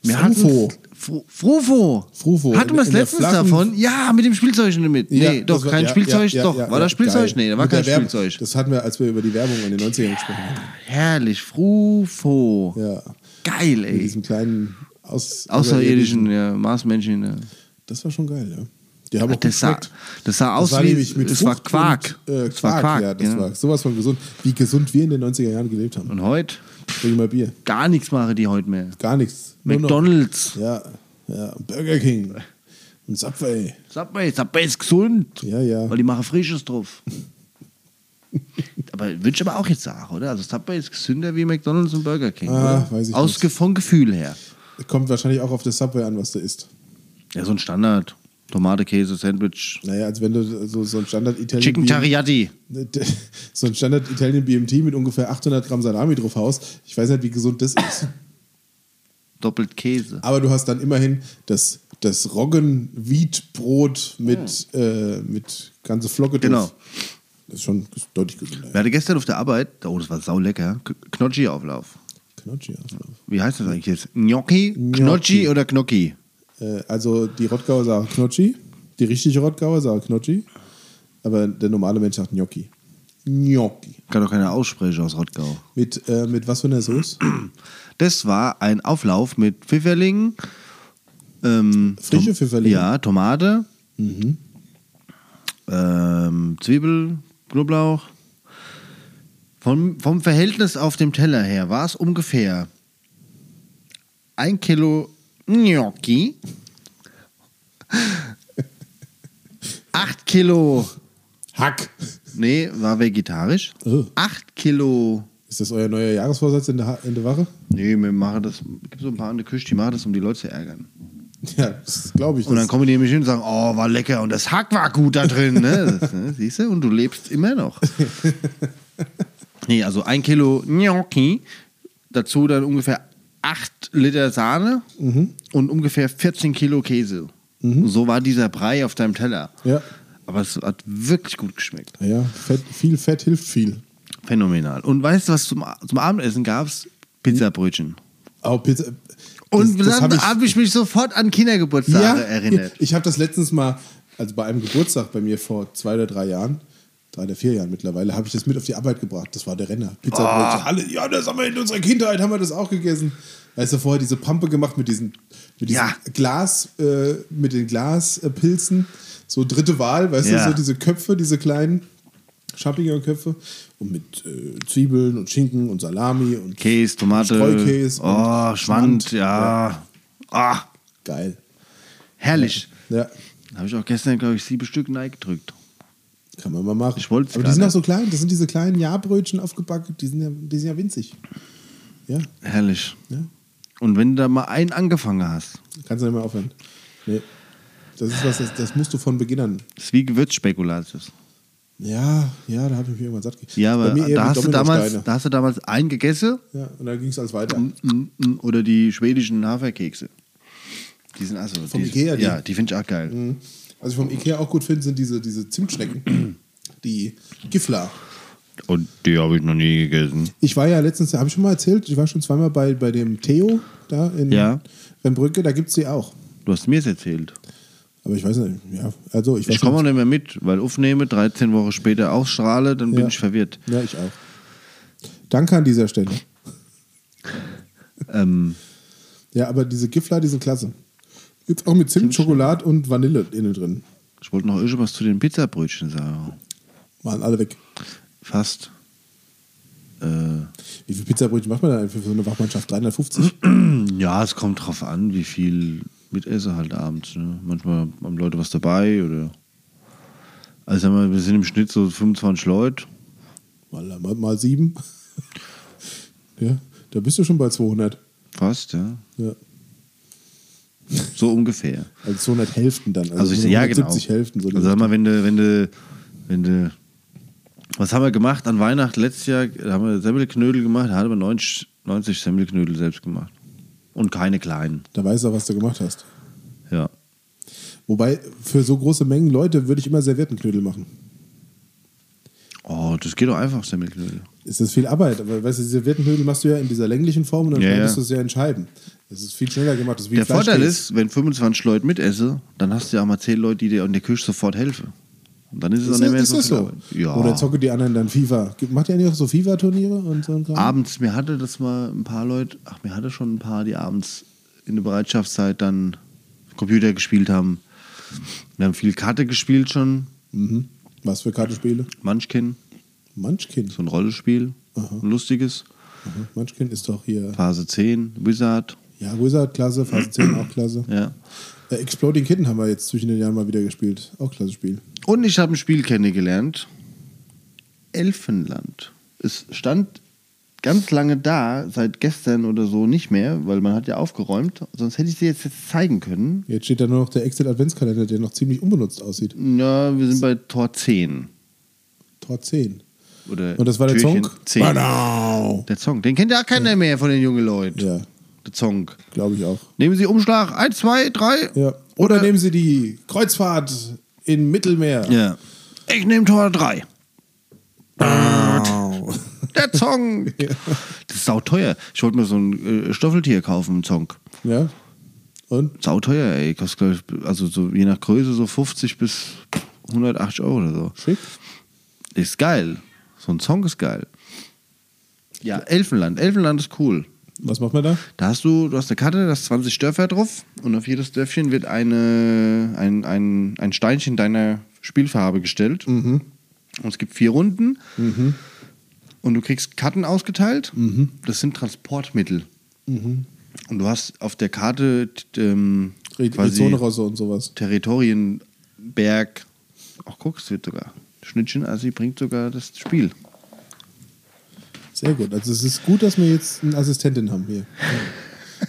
Speaker 2: Frufo.
Speaker 1: hatten's- Fru- Frufo.
Speaker 2: Frufo.
Speaker 1: Hatten wir es
Speaker 2: In der
Speaker 1: letztens
Speaker 2: flachen-
Speaker 1: davon? Ja, mit dem Spielzeug mit. nee, doch, kein Spielzeug. doch, war das Spielzeug? Nee, da war kein Spielzeug.
Speaker 2: Das hatten wir, als wir über die Werbung in den 90ern gesprochen haben.
Speaker 1: Herrlich. Frufo.
Speaker 2: Ja.
Speaker 1: Geil,
Speaker 2: Mit
Speaker 1: ey.
Speaker 2: diesem kleinen Aus
Speaker 1: Außerirdischen ja, Marsmännchen. Ja.
Speaker 2: Das war schon geil, ja. Die haben auch
Speaker 1: Das, sah,
Speaker 2: geschmeckt.
Speaker 1: das sah aus
Speaker 2: war
Speaker 1: wie.
Speaker 2: nämlich mit
Speaker 1: es war
Speaker 2: Frucht
Speaker 1: Quark.
Speaker 2: Und, äh, Quark,
Speaker 1: Es war Quark. genau.
Speaker 2: ja, das war sowas von gesund. Wie gesund wir in den 90er Jahren gelebt haben.
Speaker 1: Und heute?
Speaker 2: Bring mal Bier.
Speaker 1: Gar nichts mache die heute mehr.
Speaker 2: Gar nichts. Nur noch-
Speaker 1: McDonalds.
Speaker 2: Ja, ja. Burger King. Und Subway.
Speaker 1: Subway, Subway ist gesund.
Speaker 2: Ja, ja.
Speaker 1: Weil die machen Frisches drauf. aber würde ich aber auch jetzt sagen, oder? Also Subway ist gesünder wie McDonalds und Burger King.
Speaker 2: Ah,
Speaker 1: oder?
Speaker 2: weiß ich
Speaker 1: Aus
Speaker 2: nicht.
Speaker 1: vom Gefühl her.
Speaker 2: Kommt wahrscheinlich auch auf das Subway an, was du isst.
Speaker 1: Ja, so ein Standard. Tomate, Käse, Sandwich.
Speaker 2: Naja, als wenn du so, so ein Standard Italian
Speaker 1: Chicken Teriyaki.
Speaker 2: so ein Standard Italian BMT mit ungefähr 800 Gramm Salami drauf haust. Ich weiß nicht, wie gesund das ist.
Speaker 1: Doppelt Käse.
Speaker 2: Aber du hast dann immerhin das, das Roggen-Wheat-Brot mit, äh, mit ganze Flocke drauf.
Speaker 1: Hm. Genau.
Speaker 2: Das ist schon ges- deutlich gesünder.
Speaker 1: Wir hatten gestern auf der Arbeit, oh, das war saulecker, K- Knotschi-Auflauf.
Speaker 2: Knotschi Auslauf.
Speaker 1: Wie heißt das eigentlich jetzt? Gnocchi, Knotschi oder Gnocchi?
Speaker 2: Äh, also die Rottgauer sagen Knotschi. Die richtige Rottgauer sagen Knotschi. Aber der normale Mensch sagt Gnocchi. Gnocchi.
Speaker 1: Kann doch keiner aussprechen aus Rottgau.
Speaker 2: Mit, äh, mit was für einer Soße?
Speaker 1: Das war ein Auflauf mit Pfifferlingen. Ähm,
Speaker 2: Frische Mhm.
Speaker 1: Tom-
Speaker 2: Pfifferlinge?
Speaker 1: Ja, Tomate, ähm, Zwiebel, Knoblauch. Vom, vom Verhältnis auf dem Teller her war es ungefähr ein Kilo Gnocchi, acht Kilo,
Speaker 2: Hack.
Speaker 1: nee, war vegetarisch,
Speaker 2: Oh.
Speaker 1: acht Kilo
Speaker 2: Ist das euer neuer Jahresvorsatz in der, Ha- in der Wache?
Speaker 1: Nee, wir machen das. Gibt so ein paar in der Küche, die machen das, um die Leute zu ärgern.
Speaker 2: Ja, das glaube ich.
Speaker 1: Und dann
Speaker 2: Das-
Speaker 1: kommen die nämlich hin und sagen, oh, war lecker und das Hack war gut da drin. Ne? Das, ne? Siehst du? Und du lebst immer noch. Nee, also ein Kilo Gnocchi, dazu dann ungefähr 8 Liter Sahne und ungefähr 14 Kilo Käse. So war dieser Brei auf deinem Teller.
Speaker 2: Ja.
Speaker 1: Aber es hat wirklich gut geschmeckt.
Speaker 2: ja, Fett, viel Fett hilft viel.
Speaker 1: Phänomenal. Und weißt du, was zum, zum Abendessen gab es? Pizzabrötchen.
Speaker 2: Auch Pizza. äh,
Speaker 1: Und dann
Speaker 2: hab
Speaker 1: habe ich, mich sofort an Kindergeburtstage erinnert.
Speaker 2: Ich habe das letztens mal, also bei einem Geburtstag bei mir vor zwei oder drei Jahren, drei oder vier Jahren mittlerweile, habe ich das mit auf die Arbeit gebracht. Das war der Renner.
Speaker 1: Oh.
Speaker 2: Pizza Brötchen. Alle, ja, das haben wir in unserer Kindheit, haben wir das auch gegessen. Weißt du, vorher diese Pampe gemacht mit diesen, mit diesen
Speaker 1: Ja.
Speaker 2: Glas, äh, mit den Glaspilzen. So dritte Wahl, weißt
Speaker 1: Ja.
Speaker 2: du, so diese Köpfe, diese kleinen Champignon-Köpfe. Und mit äh, Zwiebeln und Schinken und Salami und
Speaker 1: Käse, Tomate.
Speaker 2: Streukäse und
Speaker 1: Oh, Schwand,
Speaker 2: Schwand,
Speaker 1: ja. Ah,
Speaker 2: geil.
Speaker 1: herrlich.
Speaker 2: Ja.
Speaker 1: Habe ich auch gestern, glaube ich, sieben Stück Nike gedrückt.
Speaker 2: Kann man mal machen.
Speaker 1: Ich wollt's
Speaker 2: Aber
Speaker 1: gar
Speaker 2: die sind auch
Speaker 1: nicht.
Speaker 2: so klein, das sind diese kleinen Jahrbrötchen aufgebacken, die sind ja, die sind ja winzig. Ja,
Speaker 1: Herrlich.
Speaker 2: ja.
Speaker 1: Und wenn du da mal einen angefangen hast,
Speaker 2: Kannst du nicht mehr aufhören. Nee. Das ist was, das, das musst du von Beginn an.
Speaker 1: ist wie Gewürzspekulatius.
Speaker 2: Ja, ja, da habe ich mich irgendwann satt gekriegt.
Speaker 1: Ja, aber
Speaker 2: Bei mir eher
Speaker 1: da
Speaker 2: mit
Speaker 1: hast, du damals,
Speaker 2: Dominosteine.
Speaker 1: da hast du damals einen gegessen
Speaker 2: Ja, und dann ging es alles weiter.
Speaker 1: Mm, mm, oder die schwedischen Haferkekse. Die sind also.
Speaker 2: Vom
Speaker 1: die, Mm.
Speaker 2: Ikea, die?
Speaker 1: Ja, die finde ich auch geil.
Speaker 2: Was ich vom Ikea auch gut finde, sind diese, diese Zimtschnecken. Die Gifla.
Speaker 1: Und die habe ich noch nie gegessen.
Speaker 2: Ich war ja letztens, habe ich schon mal erzählt, ich war schon zweimal bei, bei dem Theo da in
Speaker 1: Ja.
Speaker 2: Rembrücke, da gibt es die auch.
Speaker 1: Du hast mir es erzählt.
Speaker 2: Aber ich weiß nicht, ja, also ich weiß
Speaker 1: Ich komme auch
Speaker 2: nicht.
Speaker 1: nicht mehr mit, weil aufnehme, 13 Wochen später ausstrahle, dann bin
Speaker 2: Ja.
Speaker 1: ich verwirrt.
Speaker 2: Ja, ich auch. Danke an dieser Stelle.
Speaker 1: Ähm,
Speaker 2: Ja, aber diese Gifler, die sind klasse. Jetzt auch mit Zimt, Schokolade und Vanille innen drin.
Speaker 1: ich wollte noch irgendwas zu den Pizzabrötchen sagen.
Speaker 2: Waren alle weg.
Speaker 1: Fast. Äh,
Speaker 2: Wie viel Pizzabrötchen macht man denn für so eine Wachmannschaft? 350?
Speaker 1: Hm, ja, es kommt drauf an, wie viel Mitessen halt abends. Ne? Manchmal haben Leute was dabei oder. Also sagen wir, mal, wir sind im Schnitt so 25 Leute.
Speaker 2: Mal, mal, mal sieben. Ja, da bist du schon bei 200.
Speaker 1: Fast, ja.
Speaker 2: Ja.
Speaker 1: So ungefähr.
Speaker 2: Also 200 Hälften dann.
Speaker 1: Also ich,
Speaker 2: so
Speaker 1: ja, genau.
Speaker 2: 170 Hälften. So
Speaker 1: also sag mal, wenn du, wenn du, wenn du, was haben wir gemacht an Weihnachten letztes Jahr? Da haben wir Semmelknödel gemacht, da haben wir 90, 90 Semmelknödel selbst gemacht. Und keine kleinen,
Speaker 2: da weißt du, was du gemacht hast.
Speaker 1: ja.
Speaker 2: Wobei, für so große Mengen Leute würde ich immer Serviettenknödel machen.
Speaker 1: Oh, das geht doch einfach, Semmelknödel.
Speaker 2: Es ist viel Arbeit, aber weißt du, Serviettenknödel machst du ja in dieser länglichen Form und dann
Speaker 1: Ja,
Speaker 2: schneidest
Speaker 1: ja.
Speaker 2: du es ja in Scheiben. Das ist viel schneller gemacht. Das ist wie
Speaker 1: Der
Speaker 2: Fleischkäse.
Speaker 1: Vorteil ist, wenn 25 Leute mitesse, dann hast du ja auch mal 10 Leute, die dir in der Küche sofort helfen. Und dann ist es
Speaker 2: Ist,
Speaker 1: auch nicht mehr
Speaker 2: das-
Speaker 1: so
Speaker 2: ist
Speaker 1: viel
Speaker 2: das
Speaker 1: Arbeit.
Speaker 2: so?
Speaker 1: Ja.
Speaker 2: Oder zocken die anderen dann FIFA? Gibt- Macht ihr eigentlich auch so FIFA-Turniere und so? ein Kram?
Speaker 1: abends, mir hatte das mal ein paar Leute, ach, mir hatte schon ein paar, die abends in der Bereitschaftszeit dann Computer gespielt haben. Wir haben viel Karte gespielt schon,
Speaker 2: Mhm. Was für Kartenspiele?
Speaker 1: Munchkin,
Speaker 2: Munchkin.
Speaker 1: so ein Rollenspiel,
Speaker 2: Aha.
Speaker 1: ein lustiges.
Speaker 2: Aha. Munchkin ist doch hier.
Speaker 1: Phase 10, Wizard,
Speaker 2: Ja, Wizard-Klasse, Phase 10 auch klasse.
Speaker 1: ja.
Speaker 2: Äh, Exploding Kitten haben wir jetzt zwischen den Jahren mal wieder gespielt. Auch klasse Spiel.
Speaker 1: Und ich habe ein Spiel kennengelernt, Elfenland. Es stand ganz lange da, seit gestern oder so nicht mehr, weil man hat ja aufgeräumt, sonst hätte ich sie jetzt, jetzt zeigen können.
Speaker 2: Jetzt steht da nur noch der Excel-Adventskalender, der noch ziemlich unbenutzt aussieht.
Speaker 1: Ja, wir sind bei Tor 10.
Speaker 2: Tor 10.
Speaker 1: Oder
Speaker 2: Und das war der
Speaker 1: Türchen
Speaker 2: Song?
Speaker 1: 10.
Speaker 2: Genau.
Speaker 1: Der Song, den kennt ja keiner mehr von den jungen Leuten.
Speaker 2: Ja,
Speaker 1: Der Song.
Speaker 2: glaube ich auch.
Speaker 1: Nehmen Sie Umschlag 1, 2, 3.
Speaker 2: Ja. Oder, nehmen Sie die Kreuzfahrt im Mittelmeer.
Speaker 1: Äh. Ja. Ich nehme Tor 3. Der Song. Das ist sauteuer. Ich wollte mir so ein äh, Stoffeltier kaufen, einen Song.
Speaker 2: Ja. Und?
Speaker 1: Sauteuer, ey. Kostet, glaub ich, also so, je nach Größe so 50 bis 180 Euro oder so.
Speaker 2: Schick.
Speaker 1: Ist geil. So ein Song ist geil. Ja, Elfenland. Elfenland ist cool.
Speaker 2: Was macht man da?
Speaker 1: Da hast du, du hast eine Karte, da hast 20 Dörfer drauf und auf jedes Dörfchen wird eine, ein, ein, ein Steinchen deiner Spielfarbe gestellt. Und es gibt vier Runden und du kriegst Karten ausgeteilt. Das sind Transportmittel. Und du hast auf der Karte t- ähm,
Speaker 2: Die
Speaker 1: quasi
Speaker 2: Zonenrosse und sowas.
Speaker 1: Territorien, Berg. Ach guck, es wird sogar. Schnittchen Assi bringt sogar das Spiel.
Speaker 2: Sehr gut. Also es ist gut, dass wir jetzt eine Assistentin haben hier.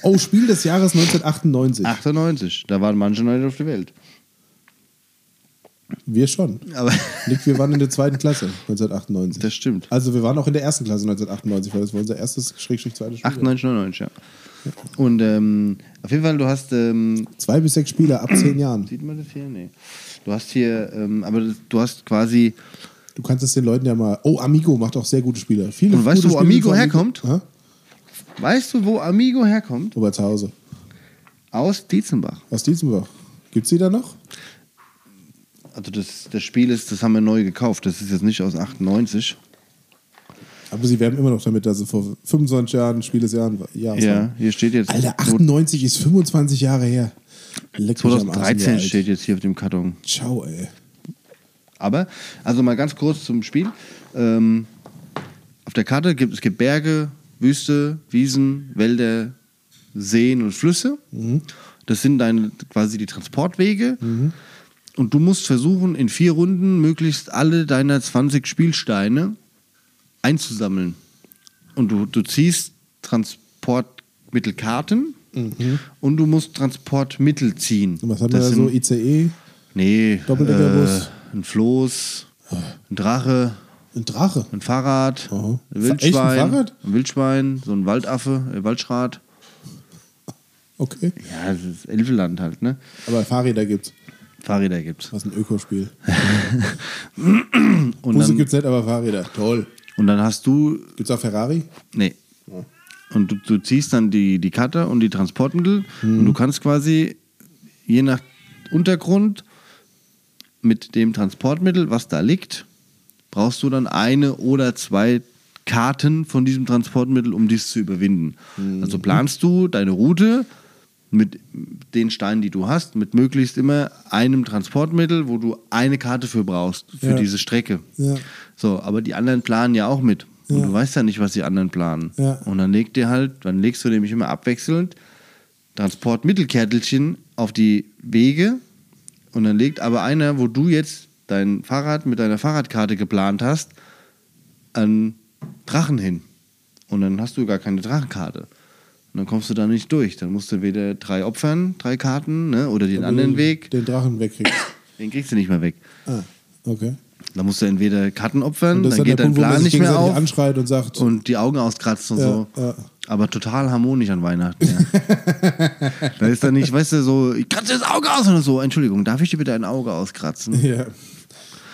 Speaker 2: Oh, Spiel des Jahres 1998.
Speaker 1: Ah. 98, da waren manche Leute auf der Welt.
Speaker 2: Wir schon.
Speaker 1: Aber
Speaker 2: Nick, wir waren in der zweiten Klasse 1998.
Speaker 1: Das stimmt.
Speaker 2: Also wir waren auch in der ersten Klasse 1998, weil das war unser erstes Schrägstrich zweites Spiel.
Speaker 1: 98, 99, ja. Und ähm, auf jeden Fall, du hast, ähm,
Speaker 2: Zwei bis sechs Spieler ab zehn Jahren.
Speaker 1: sieht man das hier? Nee. Du hast hier, ähm, aber das, du hast quasi,
Speaker 2: Du kannst es den Leuten ja mal. Oh, Amigo macht auch sehr gute Spieler. Viele
Speaker 1: Und weißt
Speaker 2: gute
Speaker 1: du, wo
Speaker 2: Spiele
Speaker 1: Amigo
Speaker 2: von
Speaker 1: herkommt?
Speaker 2: Hä?
Speaker 1: weißt du, wo Amigo herkommt?
Speaker 2: Obertshause.
Speaker 1: Aus Dietzenbach.
Speaker 2: Aus Dietzenbach. Gibt's die da noch?
Speaker 1: Also das, das Spiel ist, das haben wir neu gekauft, das ist jetzt nicht aus 98.
Speaker 2: Aber sie werben immer noch damit, dass sie vor 25 Jahren Spiel des Jahres Jahres
Speaker 1: Ja,
Speaker 2: waren.
Speaker 1: hier steht jetzt,
Speaker 2: Alter, 98 ist 25 Jahre her. Leck mich am Arsch, sind wir
Speaker 1: 2013
Speaker 2: alt.
Speaker 1: steht jetzt hier auf dem Karton.
Speaker 2: Ciao, ey.
Speaker 1: Aber, also mal ganz kurz zum Spiel. Ähm, auf der Karte gibt es gibt Berge, Wüste, Wiesen, Wälder, Seen und Flüsse.
Speaker 2: Mhm.
Speaker 1: Das sind deine quasi die Transportwege. Und du musst versuchen, in vier Runden möglichst alle deiner 20 Spielsteine einzusammeln. Und du, du ziehst Transportmittelkarten und du musst Transportmittel ziehen.
Speaker 2: Mhm. Und was haben wir da so? E?
Speaker 1: sind-
Speaker 2: ICE,
Speaker 1: Nee.
Speaker 2: Doppeldeckerbus?
Speaker 1: Äh, ein Floß, ein Drache,
Speaker 2: ein Drache.
Speaker 1: ein Fahrrad,
Speaker 2: Aha.
Speaker 1: ein
Speaker 2: Echt ein
Speaker 1: Wildschwein.
Speaker 2: Fahrrad?
Speaker 1: ein Wildschwein, so ein Waldaffe, äh, Waldschrat.
Speaker 2: Okay.
Speaker 1: Ja, das ist Elfeland halt, ne?
Speaker 2: Aber Fahrräder gibt's.
Speaker 1: Fahrräder gibt's.
Speaker 2: Was ein Ökospiel.
Speaker 1: Und
Speaker 2: Busse
Speaker 1: dann,
Speaker 2: gibt's nicht, aber Fahrräder. Toll.
Speaker 1: und dann hast du.
Speaker 2: Gibt's auch Ferrari?
Speaker 1: Nee. Und du, du ziehst dann die, die Karte und die Transportmittel und du kannst quasi je nach Untergrund mit dem Transportmittel, was da liegt, brauchst du dann eine oder zwei Karten von diesem Transportmittel, um dies zu überwinden. Also planst du deine Route mit den Steinen, die du hast, mit möglichst immer einem Transportmittel, wo du eine Karte für brauchst, für
Speaker 2: Ja.
Speaker 1: diese Strecke.
Speaker 2: Ja.
Speaker 1: So, aber die anderen planen ja auch mit. Und
Speaker 2: Ja.
Speaker 1: du weißt ja nicht, was die anderen planen.
Speaker 2: Ja.
Speaker 1: Und dann legt dir halt, dann legst du nämlich immer abwechselnd Transportmittelkärtelchen auf die Wege und dann legt aber einer, wo du jetzt dein Fahrrad mit deiner Fahrradkarte geplant hast, an Drachen hin. Und dann hast du gar keine Drachenkarte. Und dann kommst du da nicht durch. Dann musst du weder drei opfern, drei Karten, ne, oder den anderen Weg.
Speaker 2: Äh, Den Drachen wegkriegst.
Speaker 1: Den kriegst du nicht mehr weg.
Speaker 2: ah, okay.
Speaker 1: Da musst du entweder Karten opfern,
Speaker 2: Und das
Speaker 1: dann
Speaker 2: ist dann
Speaker 1: geht
Speaker 2: der
Speaker 1: dein
Speaker 2: Punkt, wo man
Speaker 1: Plan
Speaker 2: sich
Speaker 1: nicht mehr
Speaker 2: gegenseitig
Speaker 1: auf
Speaker 2: anschreit und sagt,
Speaker 1: und die Augen auskratzt und
Speaker 2: Ja,
Speaker 1: so.
Speaker 2: ja.
Speaker 1: Aber total harmonisch an Weihnachten. Ja. da ist dann nicht, weißt du, so, ich kratze das Auge aus oder so. Entschuldigung, darf ich dir bitte ein Auge auskratzen?
Speaker 2: ja.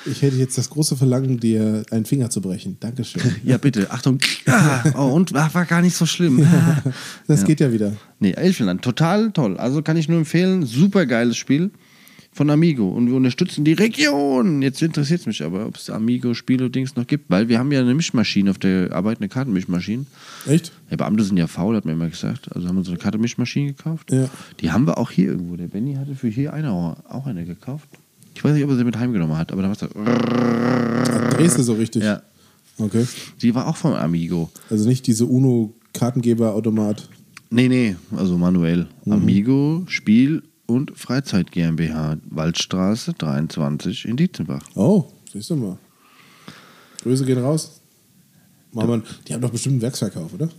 Speaker 2: ich hätte jetzt das große Verlangen, dir einen Finger zu brechen. Dankeschön.
Speaker 1: Ja, bitte. Achtung. Ah, oh, und ah, war gar nicht so schlimm. Ah.
Speaker 2: Das geht ja wieder.
Speaker 1: Nee, Elfenland, total toll. Also kann ich nur empfehlen, super geiles Spiel von Amigo. Und wir unterstützen die Region. Jetzt interessiert es mich aber, ob es Amigo-Spiele-Dings noch gibt, weil wir haben ja eine Mischmaschine auf der Arbeit, eine Kartenmischmaschine.
Speaker 2: Echt?
Speaker 1: Ja, Beamte sind ja faul, hat mir immer gesagt. Also haben wir so eine Kartemischmaschine gekauft.
Speaker 2: Ja.
Speaker 1: Die haben wir auch hier irgendwo. Der Benny hatte für hier eine, auch eine gekauft. Ich weiß nicht, ob er sie mit heimgenommen hat, aber da war es
Speaker 2: Ah, Drehst du so richtig?
Speaker 1: Ja.
Speaker 2: Okay.
Speaker 1: Die war auch vom Amigo.
Speaker 2: Also nicht diese UNO-Kartengeber-Automat.
Speaker 1: Nee, nee, also manuell. Amigo, Spiel und Freizeit GmbH, Waldstraße 23 in Dietzenbach.
Speaker 2: Oh, siehst du mal. Grüße gehen raus. Marman, die haben doch bestimmt einen Werksverkauf, oder?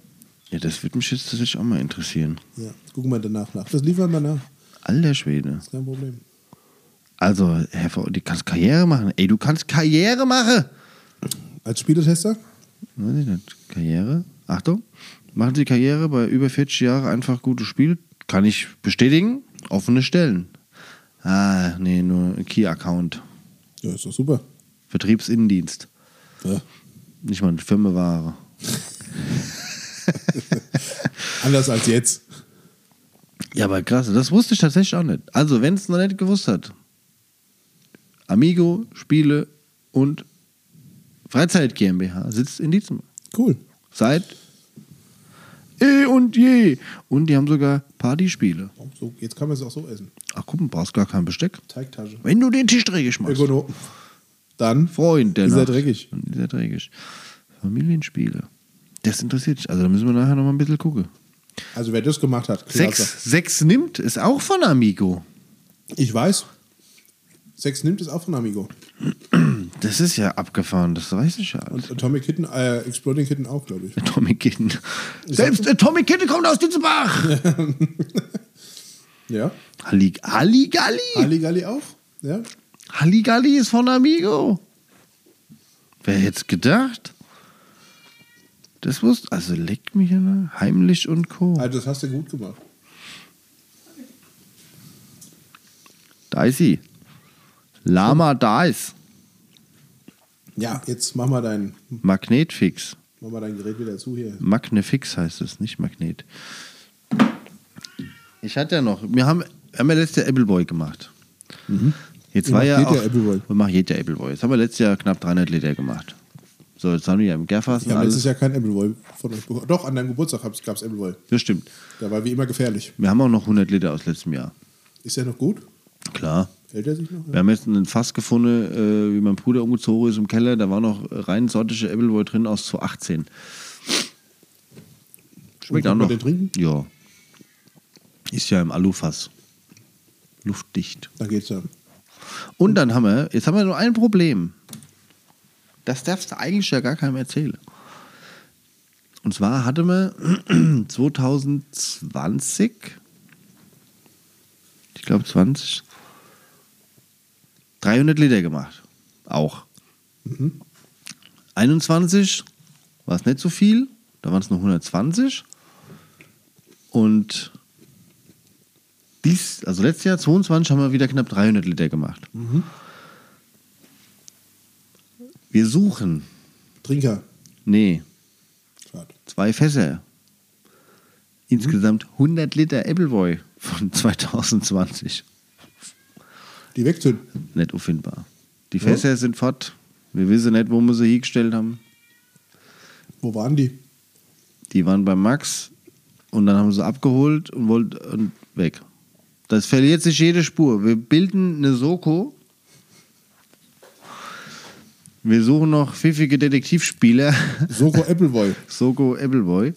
Speaker 1: Ja, das würde mich jetzt tatsächlich auch mal interessieren.
Speaker 2: Ja. Gucken wir danach nach. Das liefern wir nach.
Speaker 1: Alter Schwede.
Speaker 2: Ist kein Problem.
Speaker 1: Also, Herr, Ver- du kannst Karriere machen. Ey, du kannst Karriere machen!
Speaker 2: Als Spieletester?
Speaker 1: Weiß ich nicht. Karriere. Achtung. Machen Sie Karriere bei über 40 Jahren einfach gutes Spiel. Kann ich bestätigen. Offene Stellen. Ah, nee, nur ein Key-Account.
Speaker 2: Ja, ist doch super.
Speaker 1: Vertriebsinnendienst.
Speaker 2: Ja.
Speaker 1: Nicht mal eine Firmenware.
Speaker 2: Anders als jetzt.
Speaker 1: Ja, aber krass. Das wusste ich tatsächlich auch nicht. Also, wenn es noch nicht gewusst hat. Amigo, Spiele und Freizeit GmbH sitzt in Dietzenbach.
Speaker 2: Cool.
Speaker 1: Seit eh und je. Und die haben sogar Partyspiele.
Speaker 2: Oh, So, jetzt kann man es auch so essen.
Speaker 1: Ach guck, mal, brauchst gar kein Besteck.
Speaker 2: Teigtasche.
Speaker 1: Wenn du den Tisch dreckig machst,
Speaker 2: Ökonom. Dann
Speaker 1: Freund, der
Speaker 2: ist er
Speaker 1: Nacht.
Speaker 2: dreckig.
Speaker 1: Dann ist er dreckig. Familienspiele. Das interessiert dich. Also da müssen wir nachher noch mal ein bisschen gucken.
Speaker 2: Also wer das gemacht hat, klasse.
Speaker 1: Sechs, sechs nimmt ist auch von Amigo.
Speaker 2: Ich weiß. Sex nimmt es auch von Amigo.
Speaker 1: Das ist ja abgefahren, das weiß ich ja.
Speaker 2: Und Atomic Kitten, äh, Exploding Kitten auch, glaube ich.
Speaker 1: Atomic Kitten. Selbst Atomic Kitten kommt aus Ditzenbach.
Speaker 2: Ja.
Speaker 1: Hallig, Halligalli.
Speaker 2: Halligalli auch? Ja.
Speaker 1: Halligalli ist von Amigo. Wer hätte es gedacht? Das wusste, also leck mich an, heimlich und Co.
Speaker 2: Also das hast du gut gemacht.
Speaker 1: Da ist sie. Lama Dice.
Speaker 2: Ja, jetzt mach mal dein,
Speaker 1: Magnetfix.
Speaker 2: mach mal dein Gerät wieder zu hier.
Speaker 1: Magnefix heißt es, nicht Magnet. Ich hatte ja noch, wir haben, wir haben ja letztes Jahr Appleboy gemacht. Jetzt
Speaker 2: Mhm. Ihr
Speaker 1: war
Speaker 2: macht
Speaker 1: ja
Speaker 2: jedes
Speaker 1: auch,
Speaker 2: Jahr Appleboy.
Speaker 1: wir machen jedes Jahr Appleboy. Jetzt haben wir letztes Jahr knapp 300 Liter gemacht. So, jetzt haben wir ja im Gerfass
Speaker 2: Ich habe letztes
Speaker 1: alles.
Speaker 2: Jahr kein Appleboy von euch bekommen. Doch, an deinem Geburtstag gab es Appleboy.
Speaker 1: Das stimmt.
Speaker 2: Da war wie immer gefährlich.
Speaker 1: Wir haben auch noch 100 Liter aus letztem Jahr.
Speaker 2: Ist er noch gut?
Speaker 1: Klar.
Speaker 2: Hält er sich noch?
Speaker 1: Wir haben jetzt einen Fass gefunden, äh, wie mein Bruder umgezogen ist im Keller. Da war noch rein sortische Appleboy drin aus 2018. Schmeckt
Speaker 2: Und
Speaker 1: auch
Speaker 2: kann
Speaker 1: noch.
Speaker 2: man den trinken?
Speaker 1: Ja. Ist ja im Alufass. Luftdicht.
Speaker 2: Da geht's ja.
Speaker 1: Und dann haben wir, jetzt haben wir nur ein Problem. Das darfst du eigentlich ja gar keinem erzählen. Und zwar hatte wir 2020, ich glaube 20, 300 Liter gemacht. Auch. 21 war es nicht so viel, da waren es nur 120. Und dies, also letztes Jahr 22 haben wir wieder knapp 300 Liter gemacht. Wir suchen,
Speaker 2: Trinker.
Speaker 1: nee,
Speaker 2: Schade.
Speaker 1: zwei Fässer. Insgesamt 100 Liter Appleboy von 2020.
Speaker 2: Die wegzünden.
Speaker 1: Nicht auffindbar. Die Fässer sind fort. Wir wissen nicht, wo wir sie hingestellt haben.
Speaker 2: Wo waren die?
Speaker 1: Die waren bei Max und dann haben sie abgeholt und wollten und weg. Das verliert sich jede Spur. Wir bilden eine Soko. Wir suchen noch pfiffige Detektivspieler.
Speaker 2: Soko Appleboy.
Speaker 1: Soko Appleboy.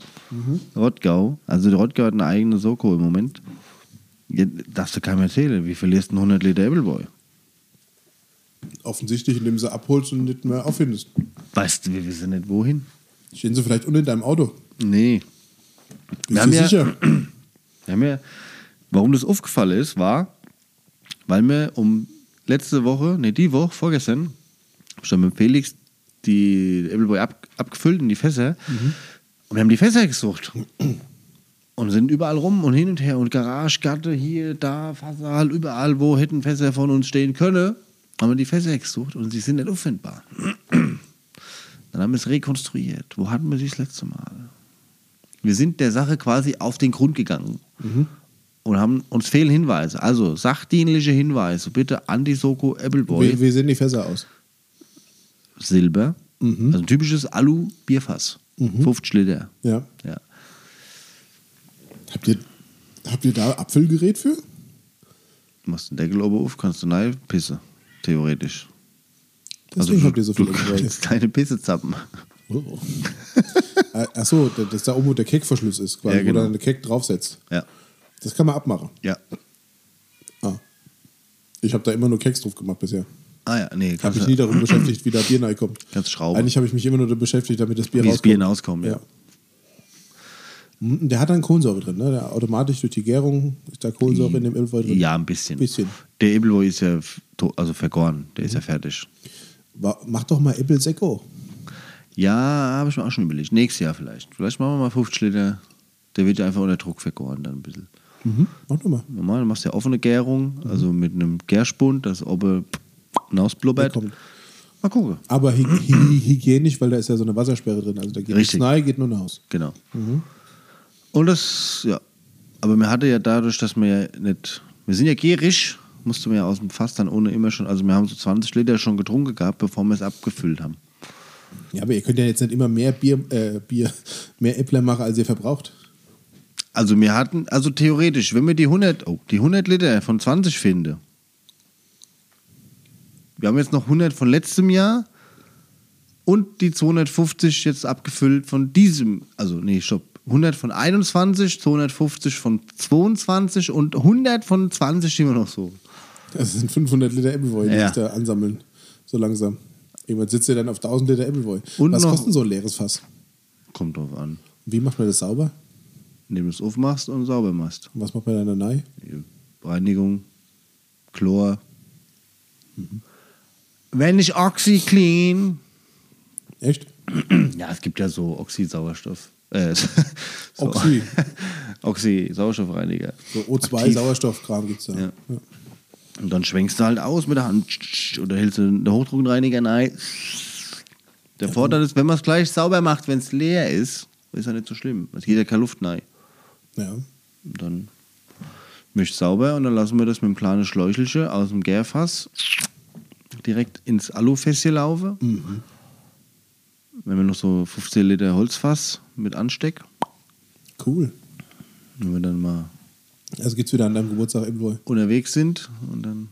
Speaker 1: Rottgau. Also die Rottgau hat eine eigene Soko im Moment. Ja, darfst du keinem erzählen. Wie verlierst du einen 100 Liter Appleboy?
Speaker 2: Offensichtlich, indem du sie abholst und nicht mehr auffindest.
Speaker 1: Weißt du, wir wissen nicht wohin.
Speaker 2: Stehen sie vielleicht unter deinem Auto.
Speaker 1: Nee.
Speaker 2: Bist
Speaker 1: haben
Speaker 2: du
Speaker 1: ja-
Speaker 2: sicher?
Speaker 1: Wir haben ja, warum das aufgefallen ist, war, weil wir um letzte Woche, nee, die Woche, vorgestern, hab ich dann mit Felix die Appleboy ab, abgefüllt in die Fässer und wir haben die Fässer gesucht. Und sind überall rum und hin und her und Garage, Gatte, hier, da, Fassal, überall, wo hätten Fässer von uns stehen können, haben wir die Fässer gesucht und sie sind nicht auffindbar. Dann haben wir es rekonstruiert. Wo hatten wir sie das letzte Mal? Wir sind der Sache quasi auf den Grund gegangen und haben uns fehlen Hinweise. Also sachdienliche Hinweise bitte an die Soko Appleboy
Speaker 2: Wie, wie sehen die Fässer aus?
Speaker 1: Silber.
Speaker 2: Mhm.
Speaker 1: Also ein typisches Alu-Bierfass. 50 Liter.
Speaker 2: Ja.
Speaker 1: Ja.
Speaker 2: Habt ihr, habt ihr da Abfüllgerät für?
Speaker 1: Du machst den Deckel oben auf, kannst du rein pisse. Theoretisch. Also
Speaker 2: Deswegen habt ihr so viel
Speaker 1: du
Speaker 2: Appleboy.
Speaker 1: kannst deine Pisse zappen.
Speaker 2: Oh. Achso, dass da oben wo der Keckverschluss ist, quasi,
Speaker 1: Ja, genau.
Speaker 2: wo dann der Keck draufsetzt.
Speaker 1: Ja.
Speaker 2: Das kann man abmachen.
Speaker 1: Ja.
Speaker 2: Ah. Ich habe da immer nur Keks drauf gemacht bisher.
Speaker 1: Ah ja, nee,
Speaker 2: Habe
Speaker 1: kannst
Speaker 2: mich
Speaker 1: du-
Speaker 2: nie darum beschäftigt, wie da Bier reinkommt.
Speaker 1: Kannst Schrauben.
Speaker 2: Eigentlich habe ich mich immer nur beschäftigt, damit das Bier
Speaker 1: Wie das
Speaker 2: rauskommt.
Speaker 1: Bier hinauskommt, ja.
Speaker 2: Mm, Der hat dann Kohlensäure drin, ne? Der automatisch durch die Gärung ist da Kohlensäure in dem Ölfall drin.
Speaker 1: Ja, ein bisschen.
Speaker 2: Bisschen. Mhm.
Speaker 1: Der Appleboy ist ja f- to- also vergoren. Der ist ja fertig.
Speaker 2: Wa- Mach doch mal Apple Secco.
Speaker 1: Ja, habe ich mir auch schon überlegt. Nächstes Jahr vielleicht. Vielleicht machen wir mal 50 Liter. Der wird ja einfach unter Druck vergoren dann ein bisschen. Mhm.
Speaker 2: Mach doch mal.
Speaker 1: Normal, du machst ja offene Gärung, also mit einem Gärspund, das oben hinausblubbert.
Speaker 2: Der kommt.
Speaker 1: Mal gucken.
Speaker 2: Aber hy hy hygienisch, weil da ist ja so eine Wassersperre drin. Also da geht nichts
Speaker 1: Richtig.
Speaker 2: nahe, geht nur nach Haus.
Speaker 1: Genau. Und das, ja. Aber mir hatte ja dadurch, dass wir ja nicht, wir sind ja gierig, musste man ja aus dem Fass dann ohne immer schon, also wir haben so 20 Liter schon getrunken gehabt, bevor wir es abgefüllt haben.
Speaker 2: Ja, aber ihr könnt ja jetzt nicht immer mehr Bier, äh, Bier, mehr Äppler machen, als ihr verbraucht.
Speaker 1: Also wir hatten, also theoretisch, wenn wir die 100, oh, die 100 Liter von 20 finde, wir haben jetzt noch 100 von letztem Jahr und die 250 jetzt abgefüllt von diesem, also nee, stopp, 100 von 21, 250 von 22 und 100 von 20, die wir noch so.
Speaker 2: Das sind 500 Liter Appleboy, die
Speaker 1: Ja.
Speaker 2: sich da ansammeln. So langsam. Irgendwann sitzt ihr dann auf 1000 Liter Appleboy.
Speaker 1: Und
Speaker 2: Was
Speaker 1: noch-
Speaker 2: kostet so ein leeres Fass?
Speaker 1: Kommt drauf an.
Speaker 2: Wie macht man das sauber?
Speaker 1: Indem du es aufmachst und sauber machst.
Speaker 2: Und was macht man dann danach?
Speaker 1: Reinigung, Chlor. Wenn ich OxyClean
Speaker 2: Echt?
Speaker 1: Ja, es gibt ja so Oxysauerstoff. Äh, so,
Speaker 2: Oxy.
Speaker 1: Oxy-Sauerstoffreiniger.
Speaker 2: So O2
Speaker 1: Aktiv.
Speaker 2: Sauerstoffkram gibt es da.
Speaker 1: Ja. Und dann schwenkst du halt aus mit der Hand oder hältst du den Hochdruckreiniger rein. Der Vorteil ist, wenn man es gleich sauber macht, wenn es leer ist, ist ja nicht so schlimm. Also Es geht ja keine Luft rein.
Speaker 2: Ja.
Speaker 1: Und Dann misch sauber und dann lassen wir das mit einem kleinen Schläuchelchen aus dem Gärfass direkt ins Alufässchen laufen.
Speaker 2: Mhm.
Speaker 1: Wenn wir noch so 15 Liter Holzfass mit Ansteck,
Speaker 2: Cool.
Speaker 1: wenn wir dann mal
Speaker 2: Also gibt es wieder an deinem Geburtstag Appleboy.
Speaker 1: unterwegs sind und dann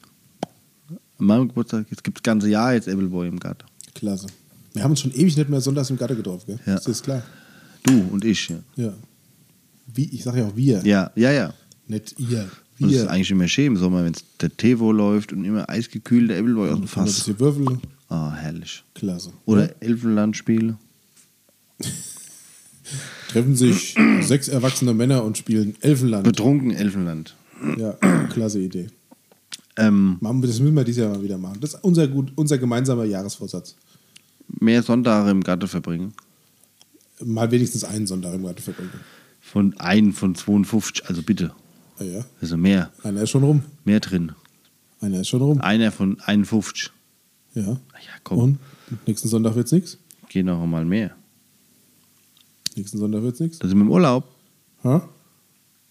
Speaker 1: an meinem Geburtstag, jetzt gibt das ganze Jahr jetzt Appleboy im Garten.
Speaker 2: Klasse. Wir haben uns schon ewig nicht mehr sonntags im Gatter getroffen, gell?
Speaker 1: Ja.
Speaker 2: Das ist klar.
Speaker 1: Du und ich, ja.
Speaker 2: Ja. Wie, ich sage ja auch wir,
Speaker 1: Ja, ja, ja.
Speaker 2: nicht ihr.
Speaker 1: Und es ist
Speaker 2: Wir.
Speaker 1: eigentlich immer schön im Sommer, wenn der Tevo läuft und immer eisgekühlter Appleboy aus dem
Speaker 2: Kann man ein
Speaker 1: Fass.
Speaker 2: bisschen Würfel.
Speaker 1: Ah, herrlich.
Speaker 2: Klasse.
Speaker 1: Oder Elfenlandspiele.
Speaker 2: Treffen sich sechs erwachsene Männer und spielen Elfenland.
Speaker 1: Betrunken Elfenland.
Speaker 2: Ja, klasse Idee.
Speaker 1: Ähm,
Speaker 2: Machen wir- Das müssen wir dieses Jahr mal wieder machen. Das ist unser, gut, unser gemeinsamer Jahresvorsatz.
Speaker 1: mehr Sonntage im Garten verbringen.
Speaker 2: Mal wenigstens einen Sonntag im Garten verbringen.
Speaker 1: Von einem von 52, also bitte.
Speaker 2: Ah Ja,
Speaker 1: Also mehr,
Speaker 2: einer ist schon rum.
Speaker 1: mehr drin.
Speaker 2: Einer ist schon rum.
Speaker 1: Einer von 51.
Speaker 2: Ja.
Speaker 1: Na ja, komm.
Speaker 2: Und nächsten Sonntag wird's nix.
Speaker 1: Geh noch einmal mehr.
Speaker 2: Nächsten Sonntag wird's nix.
Speaker 1: Da sind wir im Urlaub.
Speaker 2: Ha?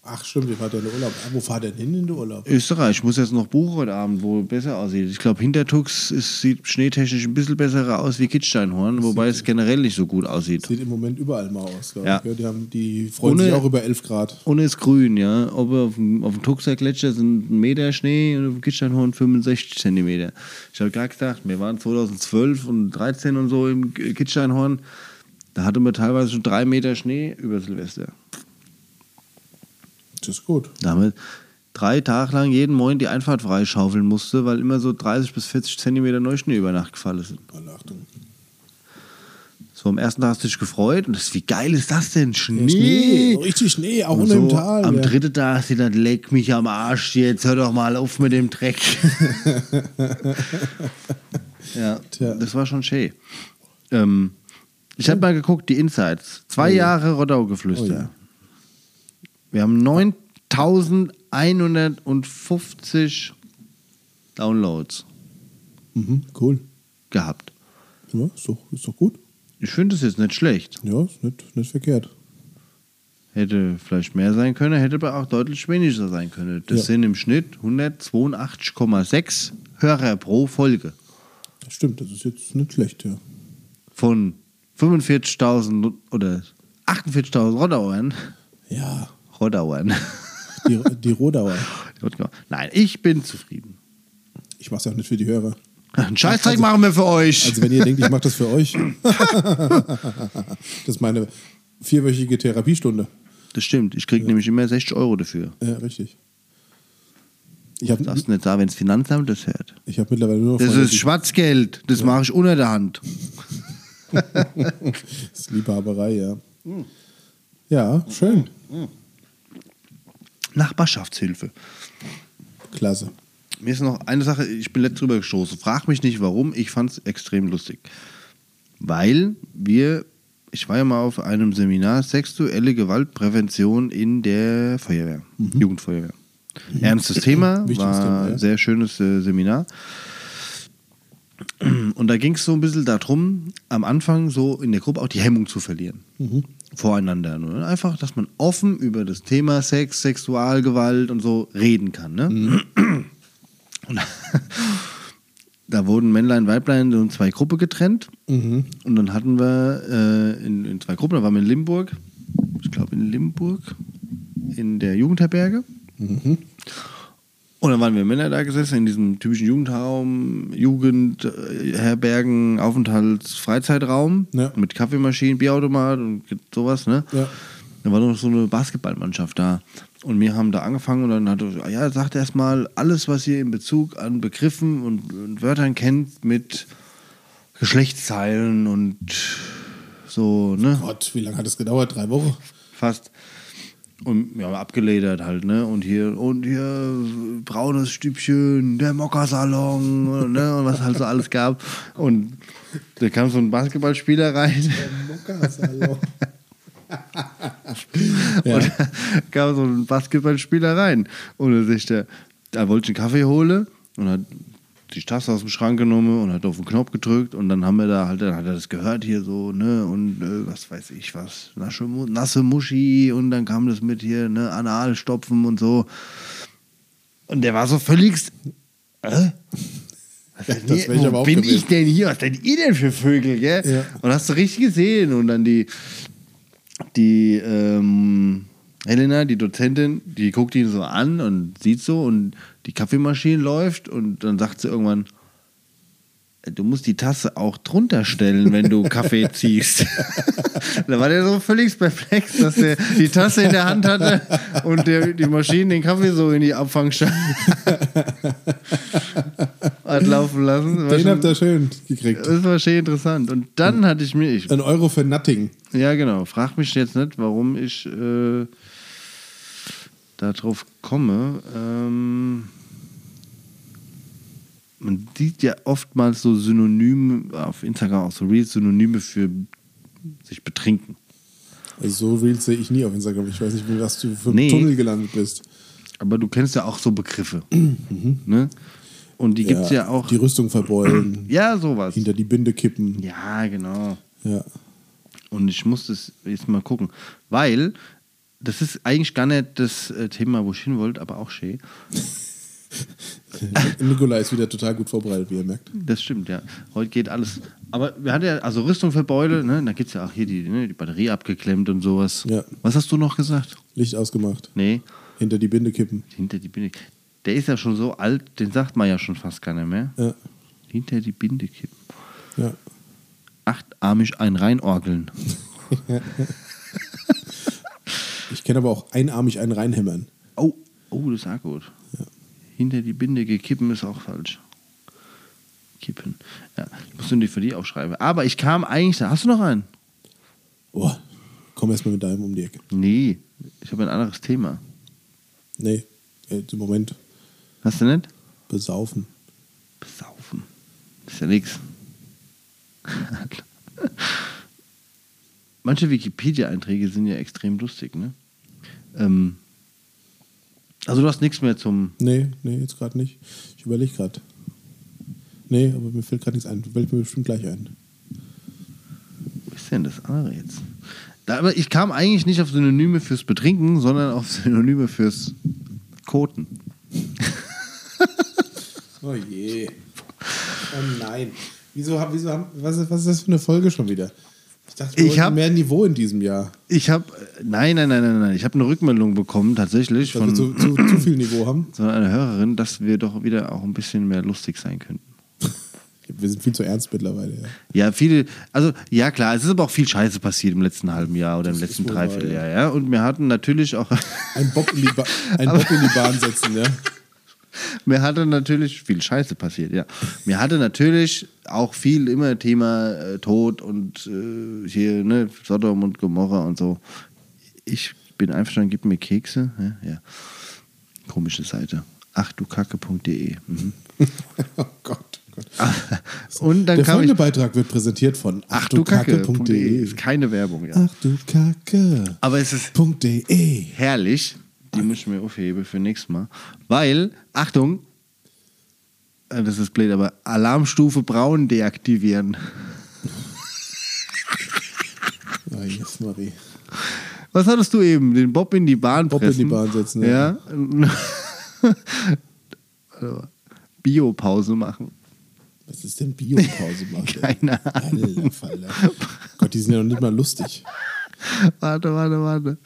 Speaker 2: Ach stimmt, ihr fahrt ja in den Urlaub. Ah, Wo fahrt ihr denn hin in den Urlaub?
Speaker 1: Österreich, ich muss jetzt noch buchen heute Abend, wo besser aussieht. Ich glaube, Hintertux ist, sieht schneetechnisch ein bisschen besser aus wie Kitzsteinhorn, wobei es generell nicht so gut aussieht.
Speaker 2: Sieht im Moment überall mal aus, glaube
Speaker 1: Ja.
Speaker 2: ich. gell? Die, haben, die freuen
Speaker 1: Ohne-
Speaker 2: sich auch über 11 Grad.
Speaker 1: Und es ist grün, ja. Oben auf dem, auf dem Tuxer Gletscher sind ein Meter Schnee und auf dem Kitzsteinhorn 65 Zentimeter. Ich habe klar gedacht, wir waren 2012 und 13 und so im K- Kitzsteinhorn. Da hatte man teilweise schon drei Meter Schnee über Silvester.
Speaker 2: Das ist gut.
Speaker 1: Da haben wir drei Tage lang jeden Morgen die Einfahrt freischaufeln musste, weil immer so 30 bis 40 Zentimeter Neuschnee über Nacht gefallen sind.
Speaker 2: Alle Achtung.
Speaker 1: So am ersten Tag hast du dich gefreut und das, wie geil ist das denn? Schnee!
Speaker 2: richtig Schnee, auch
Speaker 1: Und
Speaker 2: unter dem
Speaker 1: so
Speaker 2: Tal.
Speaker 1: am
Speaker 2: ja.
Speaker 1: dritten Tag hast du dann leck mich am Arsch, jetzt hör doch mal auf mit dem Dreck. ja,
Speaker 2: Tja.
Speaker 1: das war schon schön. Ähm, ich habe mal geguckt, die Insights. Zwei Jahre Rottau-Geflüster.
Speaker 2: Oh ja.
Speaker 1: Wir haben 9150 Downloads
Speaker 2: Mhm, cool.
Speaker 1: gehabt.
Speaker 2: Ja, ist doch, ist doch gut.
Speaker 1: Ich finde das jetzt nicht schlecht.
Speaker 2: Ja, ist nicht, nicht verkehrt.
Speaker 1: Hätte vielleicht mehr sein können, hätte aber auch deutlich weniger sein können. Das
Speaker 2: Ja.
Speaker 1: sind im Schnitt 182,6 Hörer pro Folge
Speaker 2: Das stimmt, das ist jetzt nicht schlecht, ja.
Speaker 1: von 45.000 oder 48.000 Roddauern.
Speaker 2: Ja,
Speaker 1: Roddauern.
Speaker 2: die, die Rodauer.
Speaker 1: Nein, ich bin zufrieden. also-
Speaker 2: Ich mach's ja auch nicht für die Hörer.
Speaker 1: Einen Scheißdreck machen wir für euch.
Speaker 2: Also wenn ihr denkt, ich mache das für euch. das ist meine vierwöchige Therapiestunde.
Speaker 1: das stimmt. Ich kriege nämlich immer 60 Euro dafür.
Speaker 2: Ja, richtig. Ich habe
Speaker 1: Darfst du nicht sagen, wenn das Finanzamt das hört.
Speaker 2: ich hab mittlerweile nur noch
Speaker 1: Das
Speaker 2: Freunde,
Speaker 1: ist Schwarzgeld. Das mache ich unter der Hand.
Speaker 2: die- das ist Liebhaberei, ja. Ja, schön.
Speaker 1: Nachbarschaftshilfe.
Speaker 2: Klasse.
Speaker 1: Mir ist noch eine Sache, ich bin letzt drüber gestoßen. Frag mich nicht warum, ich fand es extrem lustig. Weil wir, ich war ja mal auf einem Seminar sexuelle Gewaltprävention in der Feuerwehr, Jugendfeuerwehr. Ernstes Thema,
Speaker 2: Mhm. Wichtiges
Speaker 1: war
Speaker 2: Thema,
Speaker 1: ein
Speaker 2: ja.
Speaker 1: sehr schönes äh, Seminar. Und da ging es so ein bisschen darum, am Anfang so in der Gruppe auch die Hemmung zu verlieren.
Speaker 2: Mhm.
Speaker 1: Voreinander. Nur einfach, dass man offen über das Thema Sex, Sexualgewalt und so reden kann.
Speaker 2: Mhm.
Speaker 1: Ne? Und da wurden Männlein, Weiblein so in zwei Gruppen getrennt. Und dann hatten wir äh, in, in zwei Gruppen, da waren wir in Limburg, ich glaube in Limburg, in der Jugendherberge. Und dann waren wir Männer da gesessen in diesem typischen Jugendraum, Jugendherbergen, Aufenthalts, Freizeitraum
Speaker 2: Ja.
Speaker 1: mit Kaffeemaschinen, Bierautomat und sowas, ne?
Speaker 2: Ja.
Speaker 1: Da war noch so eine Basketballmannschaft da. Und wir haben da angefangen und dann hat er, ja, sagt erstmal alles, was ihr in Bezug an Begriffen und, und Wörtern kennt mit Geschlechtsteilen und so, ne?
Speaker 2: Gott, wie lange hat das gedauert? Drei Wochen?
Speaker 1: Fast. Und wir haben abgeledert halt, ne? Und hier, und hier braunes Stübchen, der Mokkasalon, ne? Und was halt so alles gab. Und da kam so ein Basketballspieler rein.
Speaker 2: Ja.
Speaker 1: Und da kam so ein Basketballspieler rein. Und dann sich der, da wollte ich einen Kaffee holen und hat die Tasse aus dem Schrank genommen und hat auf den Knopf gedrückt und dann haben wir da halt, dann hat er das gehört hier so, ne, und äh, was weiß ich was, nasche, Mu- nasse Muschi und dann kam das mit hier, ne, Analstopfen und so. Und der war so völligst, äh? Was
Speaker 2: Ja,
Speaker 1: denn
Speaker 2: das
Speaker 1: hier?
Speaker 2: wär ich
Speaker 1: Wo
Speaker 2: aber auch
Speaker 1: bin
Speaker 2: gewesen.
Speaker 1: ich denn hier? Was denn ihr denn für Vögel, gell?
Speaker 2: Ja.
Speaker 1: Und hast du richtig gesehen und dann die, die ähm, Helena, die Dozentin, die guckt ihn so an und sieht so und die Kaffeemaschine läuft und dann sagt sie irgendwann, "Äh, du musst die Tasse auch drunter stellen, wenn du Kaffee ziehst. da war der so völlig perplex, dass er die Tasse in der Hand hatte und der, die Maschine den Kaffee so in die Abfangstange hat laufen lassen. Das war,
Speaker 2: Den habt
Speaker 1: schon,
Speaker 2: ihr schön gekriegt.
Speaker 1: das war schön interessant. Und dann hatte ich mir, ich
Speaker 2: Ein Euro für nothing.
Speaker 1: ja, genau. Frag mich jetzt nicht, warum ich äh, darauf komme. Ähm, man sieht ja oftmals so Synonyme auf Instagram, auch so Reels, Synonyme für sich betrinken.
Speaker 2: Also so Reels sehe ich nie auf Instagram. Ich weiß nicht, wie was du für
Speaker 1: Nee.
Speaker 2: einen Tunnel gelandet bist.
Speaker 1: Aber du kennst ja auch so Begriffe. ne? Und die gibt es ja auch.
Speaker 2: Mhm. Die Rüstung verbeulen,
Speaker 1: Ja, sowas.
Speaker 2: hinter die Binde kippen.
Speaker 1: Ja, genau.
Speaker 2: Ja.
Speaker 1: Und ich muss das jetzt mal gucken. Weil das ist eigentlich gar nicht das äh, Thema, wo ich hin wollte, aber auch schön.
Speaker 2: Hm. Nikolai ist wieder total gut vorbereitet, wie ihr merkt.
Speaker 1: Das stimmt, ja. Heute geht alles. Aber wir hatten ja, also Rüstung für Beule, ne? Da gibt es ja auch hier die, ne? die Batterie abgeklemmt und sowas.
Speaker 2: Ja.
Speaker 1: Was hast du noch gesagt?
Speaker 2: Licht ausgemacht.
Speaker 1: Nee,
Speaker 2: Hinter die Binde kippen.
Speaker 1: hinter die Binde. Der ist ja schon so alt, den sagt man ja schon fast gar nicht mehr.
Speaker 2: Ja.
Speaker 1: Hinter die Binde kippen.
Speaker 2: ja.
Speaker 1: Achtarmig ein reinorgeln.
Speaker 2: Ich kenne aber auch einarmig einen reinhämmern.
Speaker 1: Oh, oh, das ist auch gut. Hinter die Binde gekippen ist auch falsch. Kippen. Ja, ich muss nur die für die aufschreiben. Aber ich kam eigentlich, da hast du noch einen?
Speaker 2: Boah, komm erstmal mit deinem um die Ecke.
Speaker 1: Nee, ich habe ein anderes Thema.
Speaker 2: Nee, äh, im Moment
Speaker 1: Hast du nicht?
Speaker 2: besaufen.
Speaker 1: Besaufen. Ist ja nix. Manche Wikipedia-Einträge sind ja extrem lustig, ne? Ähm, also du hast nichts mehr zum.
Speaker 2: Nee, nee, jetzt gerade nicht. Ich überlege gerade. Nee, aber mir fällt gerade nichts ein. Fällt mir bestimmt gleich ein.
Speaker 1: Wo ist denn das andere jetzt? Da, aber ich kam eigentlich nicht auf Synonyme fürs Betrinken, sondern auf Synonyme fürs Koten.
Speaker 2: Oh je. Oh nein. Wieso, hab- wieso haben, was, ist- was ist das für eine Folge schon wieder? Ich dachte, wir
Speaker 1: Ich
Speaker 2: wollten
Speaker 1: hab-
Speaker 2: mehr Niveau in diesem Jahr.
Speaker 1: Ich habe, nein, nein, nein, nein, nein, ich habe eine Rückmeldung bekommen tatsächlich
Speaker 2: Dass wir
Speaker 1: von,
Speaker 2: zu, zu, zu viel Niveau haben.
Speaker 1: von einer Hörerin, dass wir doch wieder auch ein bisschen mehr lustig sein könnten.
Speaker 2: Wir sind viel zu ernst mittlerweile. Ja.
Speaker 1: Ja, viele, also ja klar, es ist aber auch viel Scheiße passiert im letzten halben Jahr oder im letzten
Speaker 2: wohl wahr,
Speaker 1: Dreivierteljahr, ja. Und wir hatten natürlich auch,
Speaker 2: Ein Bob in die, ba ein Bob in die Bahn setzen, ja.
Speaker 1: mir hatte natürlich viel Scheiße passiert, ja. Mir hatte natürlich auch viel immer Thema äh, Tod und äh, hier, ne, Sodom und Gomorra und so. Ich bin einverstanden, gib mir Kekse, ja. ja. Komische Seite. Ach du Kacke.de. Mhm.
Speaker 2: Oh Gott. oh Gott.
Speaker 1: Und dann
Speaker 2: Der
Speaker 1: kam
Speaker 2: folgende
Speaker 1: ich.
Speaker 2: Beitrag wird präsentiert von
Speaker 1: Ach du Kacke.de.
Speaker 2: achdukacke.de.
Speaker 1: E Ist keine Werbung, ja.
Speaker 2: Ach du Kacke.
Speaker 1: Aber es ist
Speaker 2: .de.
Speaker 1: herrlich. Die muss ich mir aufheben für nächstes Mal. Weil, Achtung, äh, das ist blöd, aber Alarmstufe Braun deaktivieren.
Speaker 2: Ah, yes, Marie.
Speaker 1: Was hattest du eben? Den Bob in die Bahn
Speaker 2: Bob in
Speaker 1: pressen?
Speaker 2: die Bahn setzen,
Speaker 1: Ja. Also, Biopause machen.
Speaker 2: Was ist denn Biopause machen?
Speaker 1: Keine
Speaker 2: Ahnung. Gott, die sind ja noch nicht mal lustig.
Speaker 1: Warte, warte, warte.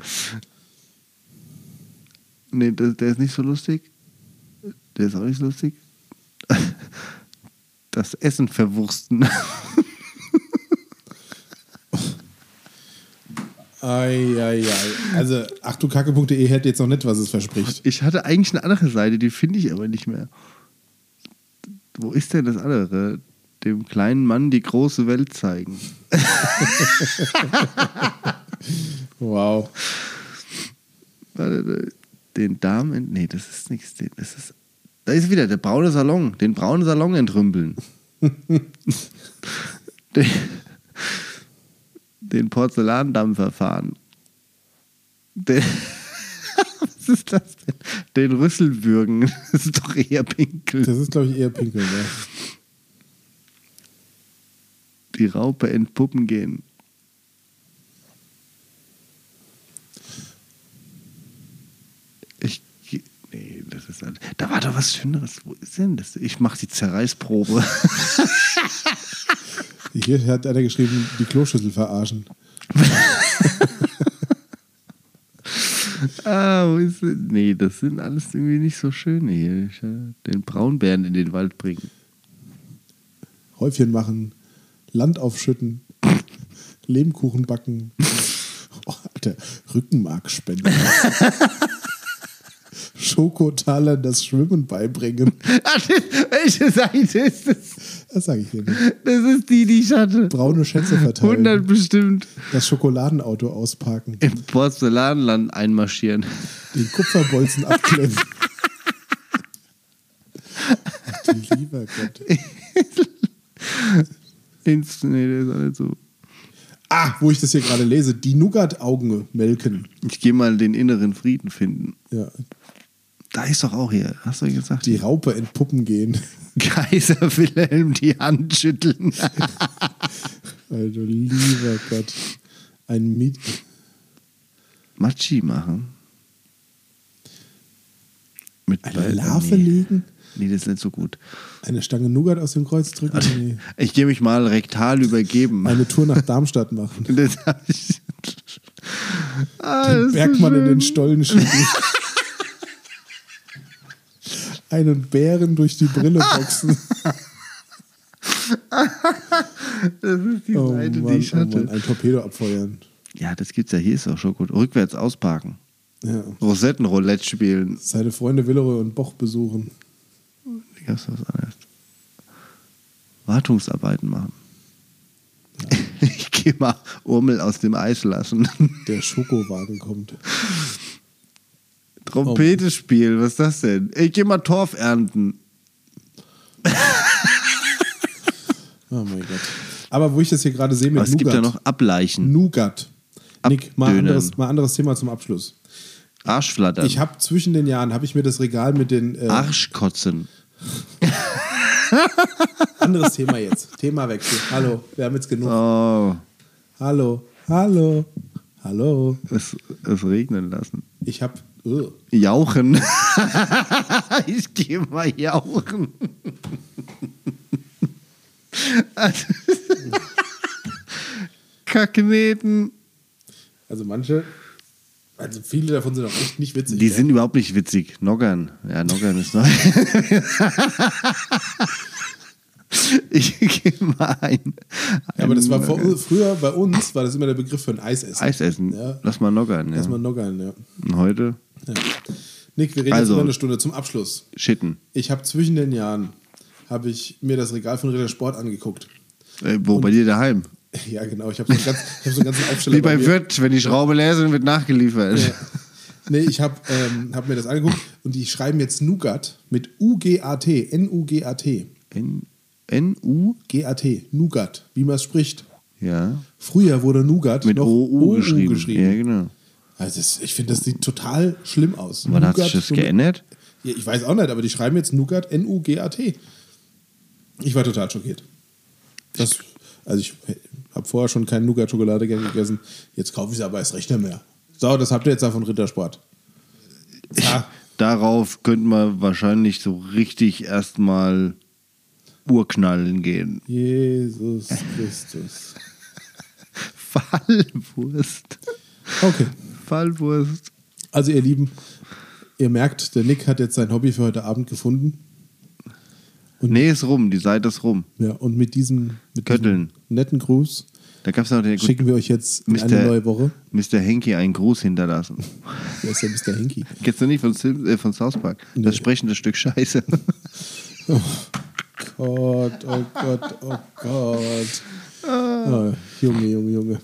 Speaker 1: Nee, das, der ist nicht so lustig. Der ist auch nicht lustig. Das Essen verwursten.
Speaker 2: Eieiei. Also, achtukacke.de hätte jetzt noch nicht, was es verspricht.
Speaker 1: Ich hatte eigentlich eine andere Seite, die finde ich aber nicht mehr. Wo ist denn das andere? Dem kleinen Mann die große Welt zeigen.
Speaker 2: Wow.
Speaker 1: Warte, Den Darm ent. Nee, das ist nichts. Den- Das ist. Da ist wieder der braune Salon. Den braunen Salon entrümpeln. den, den Porzellandampfer fahren. Den. Was ist das denn? Den Rüssel würgen. Das ist doch eher Pinkel.
Speaker 2: Das ist, glaube ich, eher ne? pinkeln. Ja.
Speaker 1: die Raupe entpuppen gehen. Ich. ge- Nee, das ist alles. Da war doch was Schöneres. Wo ist denn das? Ich mache die Zerreißprobe.
Speaker 2: Hier hat einer geschrieben, die Kloschüssel verarschen.
Speaker 1: ah, wo ist denn? Nee, das sind alles irgendwie nicht so schöne hier. Ich, äh, den Braunbären in den Wald bringen.
Speaker 2: Häufchen machen, Land aufschütten, Lehmkuchen backen. Oh, Alter, Rückenmark spenden. Schokotaler das Schwimmen beibringen.
Speaker 1: Ach, welche Seite ist das?
Speaker 2: Das sage ich dir nicht.
Speaker 1: Das ist die, die ich hatte.
Speaker 2: Braune Schätze verteilen.
Speaker 1: 100 bestimmt.
Speaker 2: Das Schokoladenauto ausparken.
Speaker 1: Im Porzellanland einmarschieren.
Speaker 2: Den Kupferbolzen abklemmen. Du Lieber Gott.
Speaker 1: Ins, nee, der ist auch nicht so.
Speaker 2: Ah, wo ich das hier gerade lese. Die Nougat-Augen melken.
Speaker 1: Ich gehe mal den inneren Frieden finden.
Speaker 2: Ja.
Speaker 1: Da ist doch auch hier, hast du gesagt?
Speaker 2: Die Raupe entpuppen gehen.
Speaker 1: Kaiser Wilhelm die Hand schütteln.
Speaker 2: Also lieber Gott. Ein Miet.
Speaker 1: Matschi machen? Mit
Speaker 2: Eine
Speaker 1: Balkan-
Speaker 2: Larve
Speaker 1: nee.
Speaker 2: legen?
Speaker 1: Nee, das ist nicht so gut.
Speaker 2: Eine Stange Nougat aus dem Kreuz drücken? Nee.
Speaker 1: Ich gehe mich mal rektal übergeben.
Speaker 2: Eine Tour nach Darmstadt machen?
Speaker 1: Das hab ich- Ah, das ist so
Speaker 2: Bergmann in
Speaker 1: schön.
Speaker 2: den Stollen schieben? Einen Bären durch die Brille boxen?
Speaker 1: Das ist
Speaker 2: Oh
Speaker 1: die Seite, die ich hatte.
Speaker 2: ein Torpedo abfeuern.
Speaker 1: Ja, das gibt's ja hier, ist auch schon gut. Rückwärts ausparken.
Speaker 2: Ja.
Speaker 1: Rosettenroulette spielen.
Speaker 2: Seine Freunde Willere und Boch besuchen.
Speaker 1: Gab's was anderes? Wartungsarbeiten machen. Ich gehe mal Urmel aus dem Eis lassen.
Speaker 2: Der Schokowagen kommt.
Speaker 1: Trompete spielen, was ist das denn? Ich gehe mal Torf ernten.
Speaker 2: Oh mein Gott. Aber wo ich das hier gerade sehe
Speaker 1: Aber
Speaker 2: mit
Speaker 1: es gibt
Speaker 2: Nougat.
Speaker 1: ja noch Ableichen.
Speaker 2: Nougat. Nick, mal
Speaker 1: Abdönen. Ähm.
Speaker 2: anderes, mal anderes Thema zum Abschluss.
Speaker 1: Arschflattern.
Speaker 2: Ich habe zwischen den Jahren, habe ich mir das Regal mit den... Äh,
Speaker 1: Ah. Arschkotzen.
Speaker 2: anderes Thema jetzt. Themawechsel. Hallo, wir haben jetzt genug.
Speaker 1: Oh,
Speaker 2: Hallo, hallo, hallo.
Speaker 1: es, es regnen lassen.
Speaker 2: Ich uh, habe... Ugh.
Speaker 1: Jauchen. ich gehe mal jauchen. Kackneten.
Speaker 2: also manche... Also viele davon sind auch echt nicht witzig.
Speaker 1: Die
Speaker 2: ja.
Speaker 1: sind überhaupt nicht witzig. Noggern. Ja, Noggern ist neu. ich gehe mal ein.
Speaker 2: Ja, aber das war
Speaker 1: ein
Speaker 2: vor,
Speaker 1: Noggern.
Speaker 2: früher bei uns war das immer der Begriff für ein Eisessen.
Speaker 1: Eis essen.
Speaker 2: Ja.
Speaker 1: Lass mal Noggern. Ja.
Speaker 2: Erstmal Noggern, ja.
Speaker 1: Und heute
Speaker 2: ja. Nick, wir reden
Speaker 1: Also.
Speaker 2: jetzt über eine Stunde zum Abschluss.
Speaker 1: Shitten.
Speaker 2: Ich habe zwischen den Jahren habe ich mir das Regal von Ritter Sport angeguckt.
Speaker 1: Äh, wo? bei dir daheim?
Speaker 2: Ja, genau. Ich habe so, einen ganz- ich hab so einen ganzen Aufsteller.
Speaker 1: Wie bei
Speaker 2: mir.
Speaker 1: Wirt, wenn die Schraube leer sind, wird nachgeliefert.
Speaker 2: Ja. Nee, ich habe ähm, hab mir das angeguckt und die schreiben jetzt Nougat mit U-G-A-T, N-U-G-A-T,
Speaker 1: N- N-U?
Speaker 2: G-A-T, Nougat, wie man es spricht.
Speaker 1: Ja.
Speaker 2: Früher wurde Nougat
Speaker 1: Mit
Speaker 2: noch
Speaker 1: OU geschrieben. Ja,
Speaker 2: geschrieben.
Speaker 1: genau.
Speaker 2: Also das, ich finde, das sieht total schlimm aus.
Speaker 1: Wann hat sich
Speaker 2: Nougat,
Speaker 1: das
Speaker 2: Nougat.
Speaker 1: geändert?
Speaker 2: Ja, ich weiß auch nicht, aber die schreiben jetzt Nougat, N-U-G-A-T. Ich war total schockiert. Das, also ich habe vorher schon keine Nougat-Schokolade gern gegessen. Jetzt kaufe ich sie aber erst recht nicht mehr. So, das habt ihr jetzt davon Rittersport. Ja,
Speaker 1: Darauf könnte man wahrscheinlich so richtig erstmal urknallen gehen.
Speaker 2: Jesus Christus.
Speaker 1: Fallwurst.
Speaker 2: Okay,
Speaker 1: Fallwurst.
Speaker 2: also ihr Lieben, ihr merkt, der Nick hat jetzt sein Hobby für heute Abend gefunden.
Speaker 1: Nee, ist rum, die Seite ist rum.
Speaker 2: Ja, und mit diesem, mit diesem
Speaker 1: Kötteln.
Speaker 2: netten Gruß
Speaker 1: Da gab es noch den guten
Speaker 2: schicken wir euch jetzt in eine
Speaker 1: Mr.
Speaker 2: neue Woche.
Speaker 1: Mr. Henke einen Gruß hinterlassen.
Speaker 2: Wer ist der Mr. Henki?
Speaker 1: Kennst du nicht von, Sim, äh, von South Park? Das sprechende Stück Scheiße.
Speaker 2: Gott, oh Gott, oh Gott. Ah, Junge, Junge, Junge.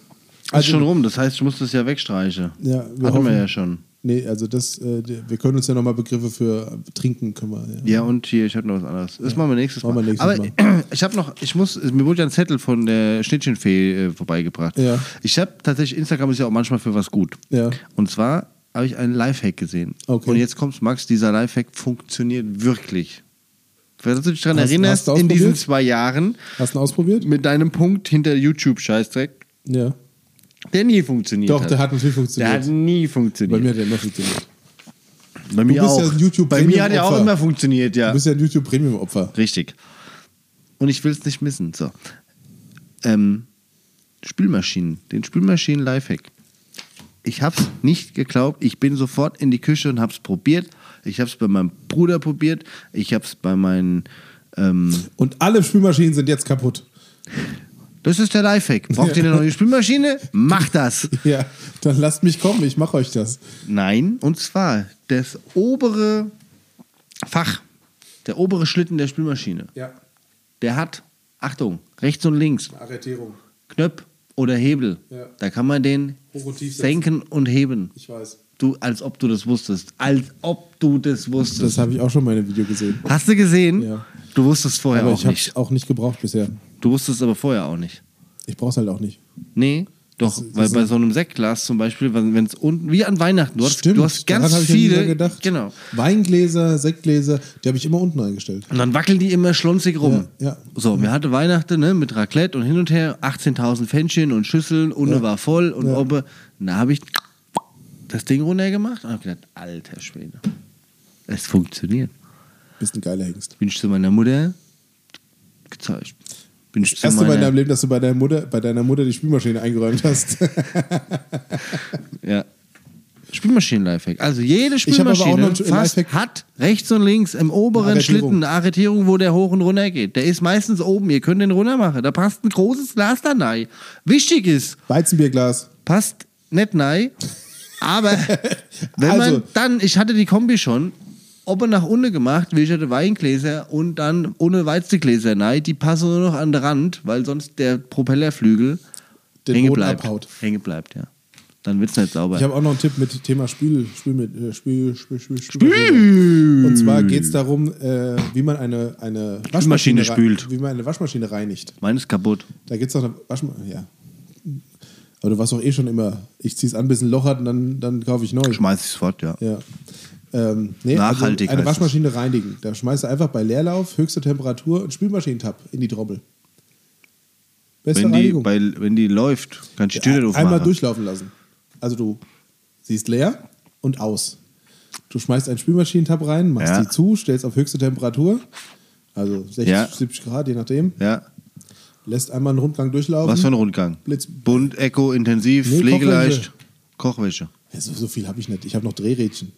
Speaker 1: ist schon rum, das heißt, ich muss das ja wegstreichen.
Speaker 2: Also Ja, wir
Speaker 1: Hatten
Speaker 2: hoffen-
Speaker 1: wir ja schon.
Speaker 2: Nee, also das, äh, die- wir können uns ja nochmal Begriffe für äh, trinken kümmern. Ja.
Speaker 1: Ja, und hier, ich hatte noch was anderes. Das machen wir nächstes Mal.
Speaker 2: Machen wir nächstes
Speaker 1: Aber ich habe noch, ich muss, mir wurde ja ein Zettel von der Schnittchenfee äh, vorbeigebracht.
Speaker 2: Ja.
Speaker 1: Ich habe tatsächlich, Instagram ist ja auch manchmal für was gut.
Speaker 2: Ja.
Speaker 1: Und zwar habe ich einen Lifehack gesehen.
Speaker 2: Okay.
Speaker 1: Und jetzt kommt's, Max, dieser Lifehack funktioniert wirklich. Falls du dich daran
Speaker 2: Hast-
Speaker 1: erinnerst,
Speaker 2: hast du
Speaker 1: in diesen
Speaker 2: ausprobiert?
Speaker 1: zwei Jahren
Speaker 2: Hast du ihn ausprobiert?
Speaker 1: mit deinem Punkt hinter YouTube-Scheißdreck,
Speaker 2: Ja.
Speaker 1: der nie funktioniert
Speaker 2: Doch,
Speaker 1: hat.
Speaker 2: der hat natürlich
Speaker 1: der hat
Speaker 2: funktioniert.
Speaker 1: nie
Speaker 2: Bei mir
Speaker 1: funktioniert.
Speaker 2: hat er immer funktioniert.
Speaker 1: Bei mir,
Speaker 2: bist ja
Speaker 1: auch.
Speaker 2: ein YouTube-
Speaker 1: Bei mir hat er auch
Speaker 2: Premium-Opfer.
Speaker 1: immer funktioniert, ja.
Speaker 2: Du bist ja ein YouTube-Premium-Opfer.
Speaker 1: Richtig. Und ich will es nicht missen. So. Ähm, Spülmaschinen, den Spülmaschinen Lifehack. Ich habe es nicht geglaubt. Ich bin sofort in die Küche und habe es probiert. Ich habe es bei meinem Bruder probiert. Ich habe es bei meinen. Ähm,
Speaker 2: Und alle Spülmaschinen sind jetzt kaputt.
Speaker 1: das ist der Lifehack. Braucht ihr eine neue Spülmaschine? Macht das!
Speaker 2: Ja, dann lasst mich kommen, ich mache euch das.
Speaker 1: Nein, und zwar das obere Fach, der obere Schlitten der Spülmaschine.
Speaker 2: Ja,
Speaker 1: Der hat, Achtung, rechts und links
Speaker 2: Arretierung.
Speaker 1: Knöpf oder Hebel.
Speaker 2: Ja.
Speaker 1: Da kann man den
Speaker 2: Hoch und tief setzen.
Speaker 1: senken und heben.
Speaker 2: Ich weiß.
Speaker 1: Du, als ob du das wusstest. Als ob du das wusstest.
Speaker 2: Das habe ich auch schon mal in einem Video gesehen.
Speaker 1: Hast du gesehen?
Speaker 2: Ja.
Speaker 1: Du wusstest vorher
Speaker 2: Aber
Speaker 1: auch
Speaker 2: ich habe es
Speaker 1: nicht.
Speaker 2: auch nicht gebraucht bisher.
Speaker 1: Du wusstest aber vorher auch nicht.
Speaker 2: Ich brauche es halt auch nicht.
Speaker 1: Nee, doch,
Speaker 2: Das- das
Speaker 1: weil
Speaker 2: sind-
Speaker 1: bei so einem Sektglas zum Beispiel, wenn es unten, wie an Weihnachten, du hast, du hast ganz
Speaker 2: daran hab ich ja nie
Speaker 1: viele.
Speaker 2: dran gedacht.
Speaker 1: Genau.
Speaker 2: Weingläser, Sektgläser, die habe ich immer unten eingestellt.
Speaker 1: Und dann wackeln die immer schlonzig rum.
Speaker 2: Ja, ja.
Speaker 1: So, wir hatten Weihnachten ne, mit Raclette und hin und her, 18.000 Fännchen und Schüsseln, ohne
Speaker 2: Ja.
Speaker 1: war voll und
Speaker 2: Ja.
Speaker 1: oben. Da habe ich das Ding runtergemacht und habe gedacht, alter Schwede, es funktioniert.
Speaker 2: Bist ein geiler Hengst.
Speaker 1: Bin ich zu meiner Mutter gezeigt. Bin ich zu
Speaker 2: Erste Mal in
Speaker 1: meiner,
Speaker 2: deinem Leben, dass du bei deiner Mutter, bei deiner Mutter die Spülmaschine eingeräumt hast.
Speaker 1: ja. Spülmaschinen-Lifehack. Also jede
Speaker 2: Ich hab aber auch noch
Speaker 1: Spülmaschine
Speaker 2: einen Sch-
Speaker 1: fast
Speaker 2: Lifehack.
Speaker 1: hat rechts und links im oberen
Speaker 2: Eine Arretierung.
Speaker 1: Schlitten eine Arretierung, wo der hoch und runter geht. Der ist meistens oben. Ihr könnt den runter machen. Da passt ein großes Glas da rein. Wichtig ist,
Speaker 2: Weizenbierglas.
Speaker 1: passt nicht nein, aber wenn
Speaker 2: Also-
Speaker 1: man dann, ich hatte die Kombi schon, ob und nach unten gemacht, wie ich hatte Weingläser und dann ohne Weizengläser nein, die passen nur noch an den Rand, weil sonst der Propellerflügel
Speaker 2: Den
Speaker 1: hängen
Speaker 2: Boden
Speaker 1: bleibt.
Speaker 2: abhaut.
Speaker 1: Hängen bleibt, ja. Dann wird's nicht sauber.
Speaker 2: Ich habe auch noch einen Tipp mit Thema Spül, Spül, mit, äh, Spül, Spül, Spül,
Speaker 1: Spül.
Speaker 2: Und zwar geht es darum, äh, wie man eine, eine
Speaker 1: Spülmaschine
Speaker 2: rei-
Speaker 1: spült.
Speaker 2: Wie man eine Waschmaschine reinigt.
Speaker 1: Meines kaputt.
Speaker 2: Da gibt es doch eine Waschmaschine. Ja. Aber du warst doch eh schon immer, ich zieh's an, bis ein Loch hat und dann, dann kaufe ich neu.
Speaker 1: Schmeiß ich's fort, ja.
Speaker 2: Ja. Ähm, nee,
Speaker 1: Nachhaltig
Speaker 2: Also eine
Speaker 1: heißt es.
Speaker 2: Waschmaschine reinigen. Da schmeißt du einfach bei Leerlauf, höchste Temperatur und Spülmaschinentab in die Trommel. Beste
Speaker 1: Wenn die,
Speaker 2: Reinigung.
Speaker 1: bei, wenn die läuft, kannst du die Tür nicht aufmachen.
Speaker 2: Einmal durchlaufen lassen. Also du siehst leer und aus. Du schmeißt einen Spülmaschinentab rein, machst
Speaker 1: Ja.
Speaker 2: die zu, stellst auf höchste Temperatur, also 60,
Speaker 1: Ja.
Speaker 2: 70 Grad, je nachdem,
Speaker 1: Ja.
Speaker 2: lässt einmal einen Rundgang durchlaufen.
Speaker 1: Was für ein Rundgang?
Speaker 2: Blitz.
Speaker 1: Bunt, Echo, intensiv,
Speaker 2: Nee,
Speaker 1: pflegeleicht, Kochwäsche.
Speaker 2: Ja, so, so viel habe ich nicht. Ich habe noch Drehrädchen.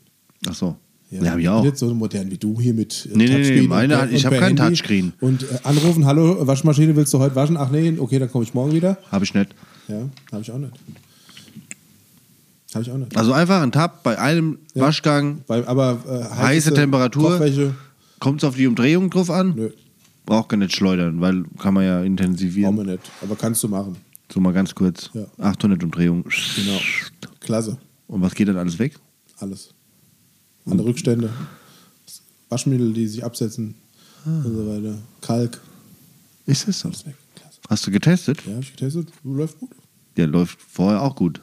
Speaker 1: Ach so. Ja, hab ich auch.
Speaker 2: Nicht so modern wie du hier mit
Speaker 1: Nee,
Speaker 2: äh,
Speaker 1: nee, nee,
Speaker 2: Touchscreen
Speaker 1: meine
Speaker 2: und-
Speaker 1: hat-
Speaker 2: und
Speaker 1: ich hab
Speaker 2: per
Speaker 1: keinen
Speaker 2: Handy.
Speaker 1: Touchscreen.
Speaker 2: Und äh, anrufen, hallo, Waschmaschine, willst du heute waschen? Ach nee, okay, dann komme ich morgen wieder.
Speaker 1: Habe ich nicht.
Speaker 2: Ja, habe ich auch nicht. Habe ich auch nicht.
Speaker 1: Also einfach ein Tab bei einem
Speaker 2: Ja.
Speaker 1: Waschgang,
Speaker 2: Weil, aber äh, heißeste
Speaker 1: heiße Temperatur.
Speaker 2: Kochwäsche,
Speaker 1: Kommt es auf die Umdrehung drauf an?
Speaker 2: Nö.
Speaker 1: Braucht gar nicht schleudern, weil kann man ja
Speaker 2: brauchen
Speaker 1: intensivieren.
Speaker 2: wir nicht. Aber kannst du machen.
Speaker 1: So mal ganz kurz.
Speaker 2: Ja.
Speaker 1: 800 Umdrehungen.
Speaker 2: Genau. Klasse.
Speaker 1: Und was geht dann alles weg?
Speaker 2: Alles. Andere Rückstände. Waschmittel, die sich absetzen
Speaker 1: Ah.
Speaker 2: und so weiter. Kalk.
Speaker 1: Ist das so?
Speaker 2: Alles weg. Klasse.
Speaker 1: Hast du getestet?
Speaker 2: Ja, habe ich getestet. Läuft gut.
Speaker 1: Der läuft vorher auch gut.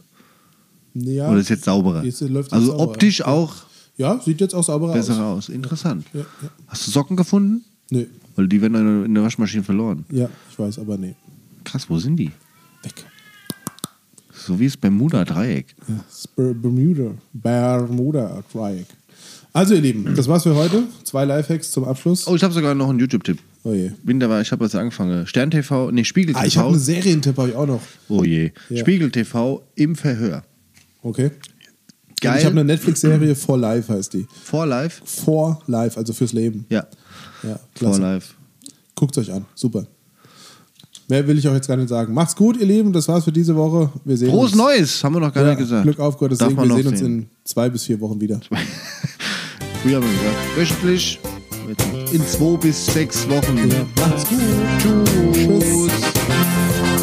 Speaker 2: Nee, ja.
Speaker 1: Oder ist jetzt sauberer?
Speaker 2: Jetzt läuft jetzt
Speaker 1: also
Speaker 2: sauberer.
Speaker 1: optisch auch
Speaker 2: Ja, sieht jetzt auch sauberer
Speaker 1: besser
Speaker 2: aus.
Speaker 1: aus. Interessant.
Speaker 2: Ja, ja.
Speaker 1: Hast du Socken gefunden?
Speaker 2: Nee.
Speaker 1: Weil die werden dann in der Waschmaschine verloren.
Speaker 2: Ja, ich weiß, aber nee.
Speaker 1: Krass, wo sind die?
Speaker 2: Weg.
Speaker 1: So wie es beim Bermuda-Dreieck.
Speaker 2: Ja, das Ber- Bermuda. Bermuda Dreieck. Also, ihr Lieben, das war's für heute. Zwei Lifehacks zum Abschluss.
Speaker 1: Oh, ich habe sogar noch einen YouTube-Tipp.
Speaker 2: Oh je.
Speaker 1: Winter war, ich habe jetzt angefangen. Stern TV, nee, Spiegel TV.
Speaker 2: Ah, ich habe einen Serientipp, habe ich auch noch.
Speaker 1: oh je.
Speaker 2: Ja.
Speaker 1: Spiegel TV im Verhör.
Speaker 2: Okay. Und
Speaker 1: Geil.
Speaker 2: ich habe eine Netflix-Serie For Life heißt die.
Speaker 1: For Life.
Speaker 2: For Life, also fürs Leben.
Speaker 1: Ja.
Speaker 2: Ja,
Speaker 1: For
Speaker 2: klasse.
Speaker 1: Life.
Speaker 2: Guckt euch an. Super. Mehr will ich auch jetzt gar nicht sagen. Macht's gut, ihr Lieben. Das war's für diese Woche. Wir sehen
Speaker 1: Groß
Speaker 2: uns.
Speaker 1: Neues, haben wir noch gar
Speaker 2: Ja,
Speaker 1: nicht gesagt.
Speaker 2: Glück auf Gottes
Speaker 1: Darf
Speaker 2: Segen.
Speaker 1: man
Speaker 2: Wir
Speaker 1: noch
Speaker 2: sehen uns in zwei bis vier Wochen wieder.
Speaker 1: Früher haben wir gesagt, wöchentlich. In zwei bis sechs Wochen.
Speaker 2: Ja, macht's gut.
Speaker 1: Tschüss.
Speaker 2: Tschüss.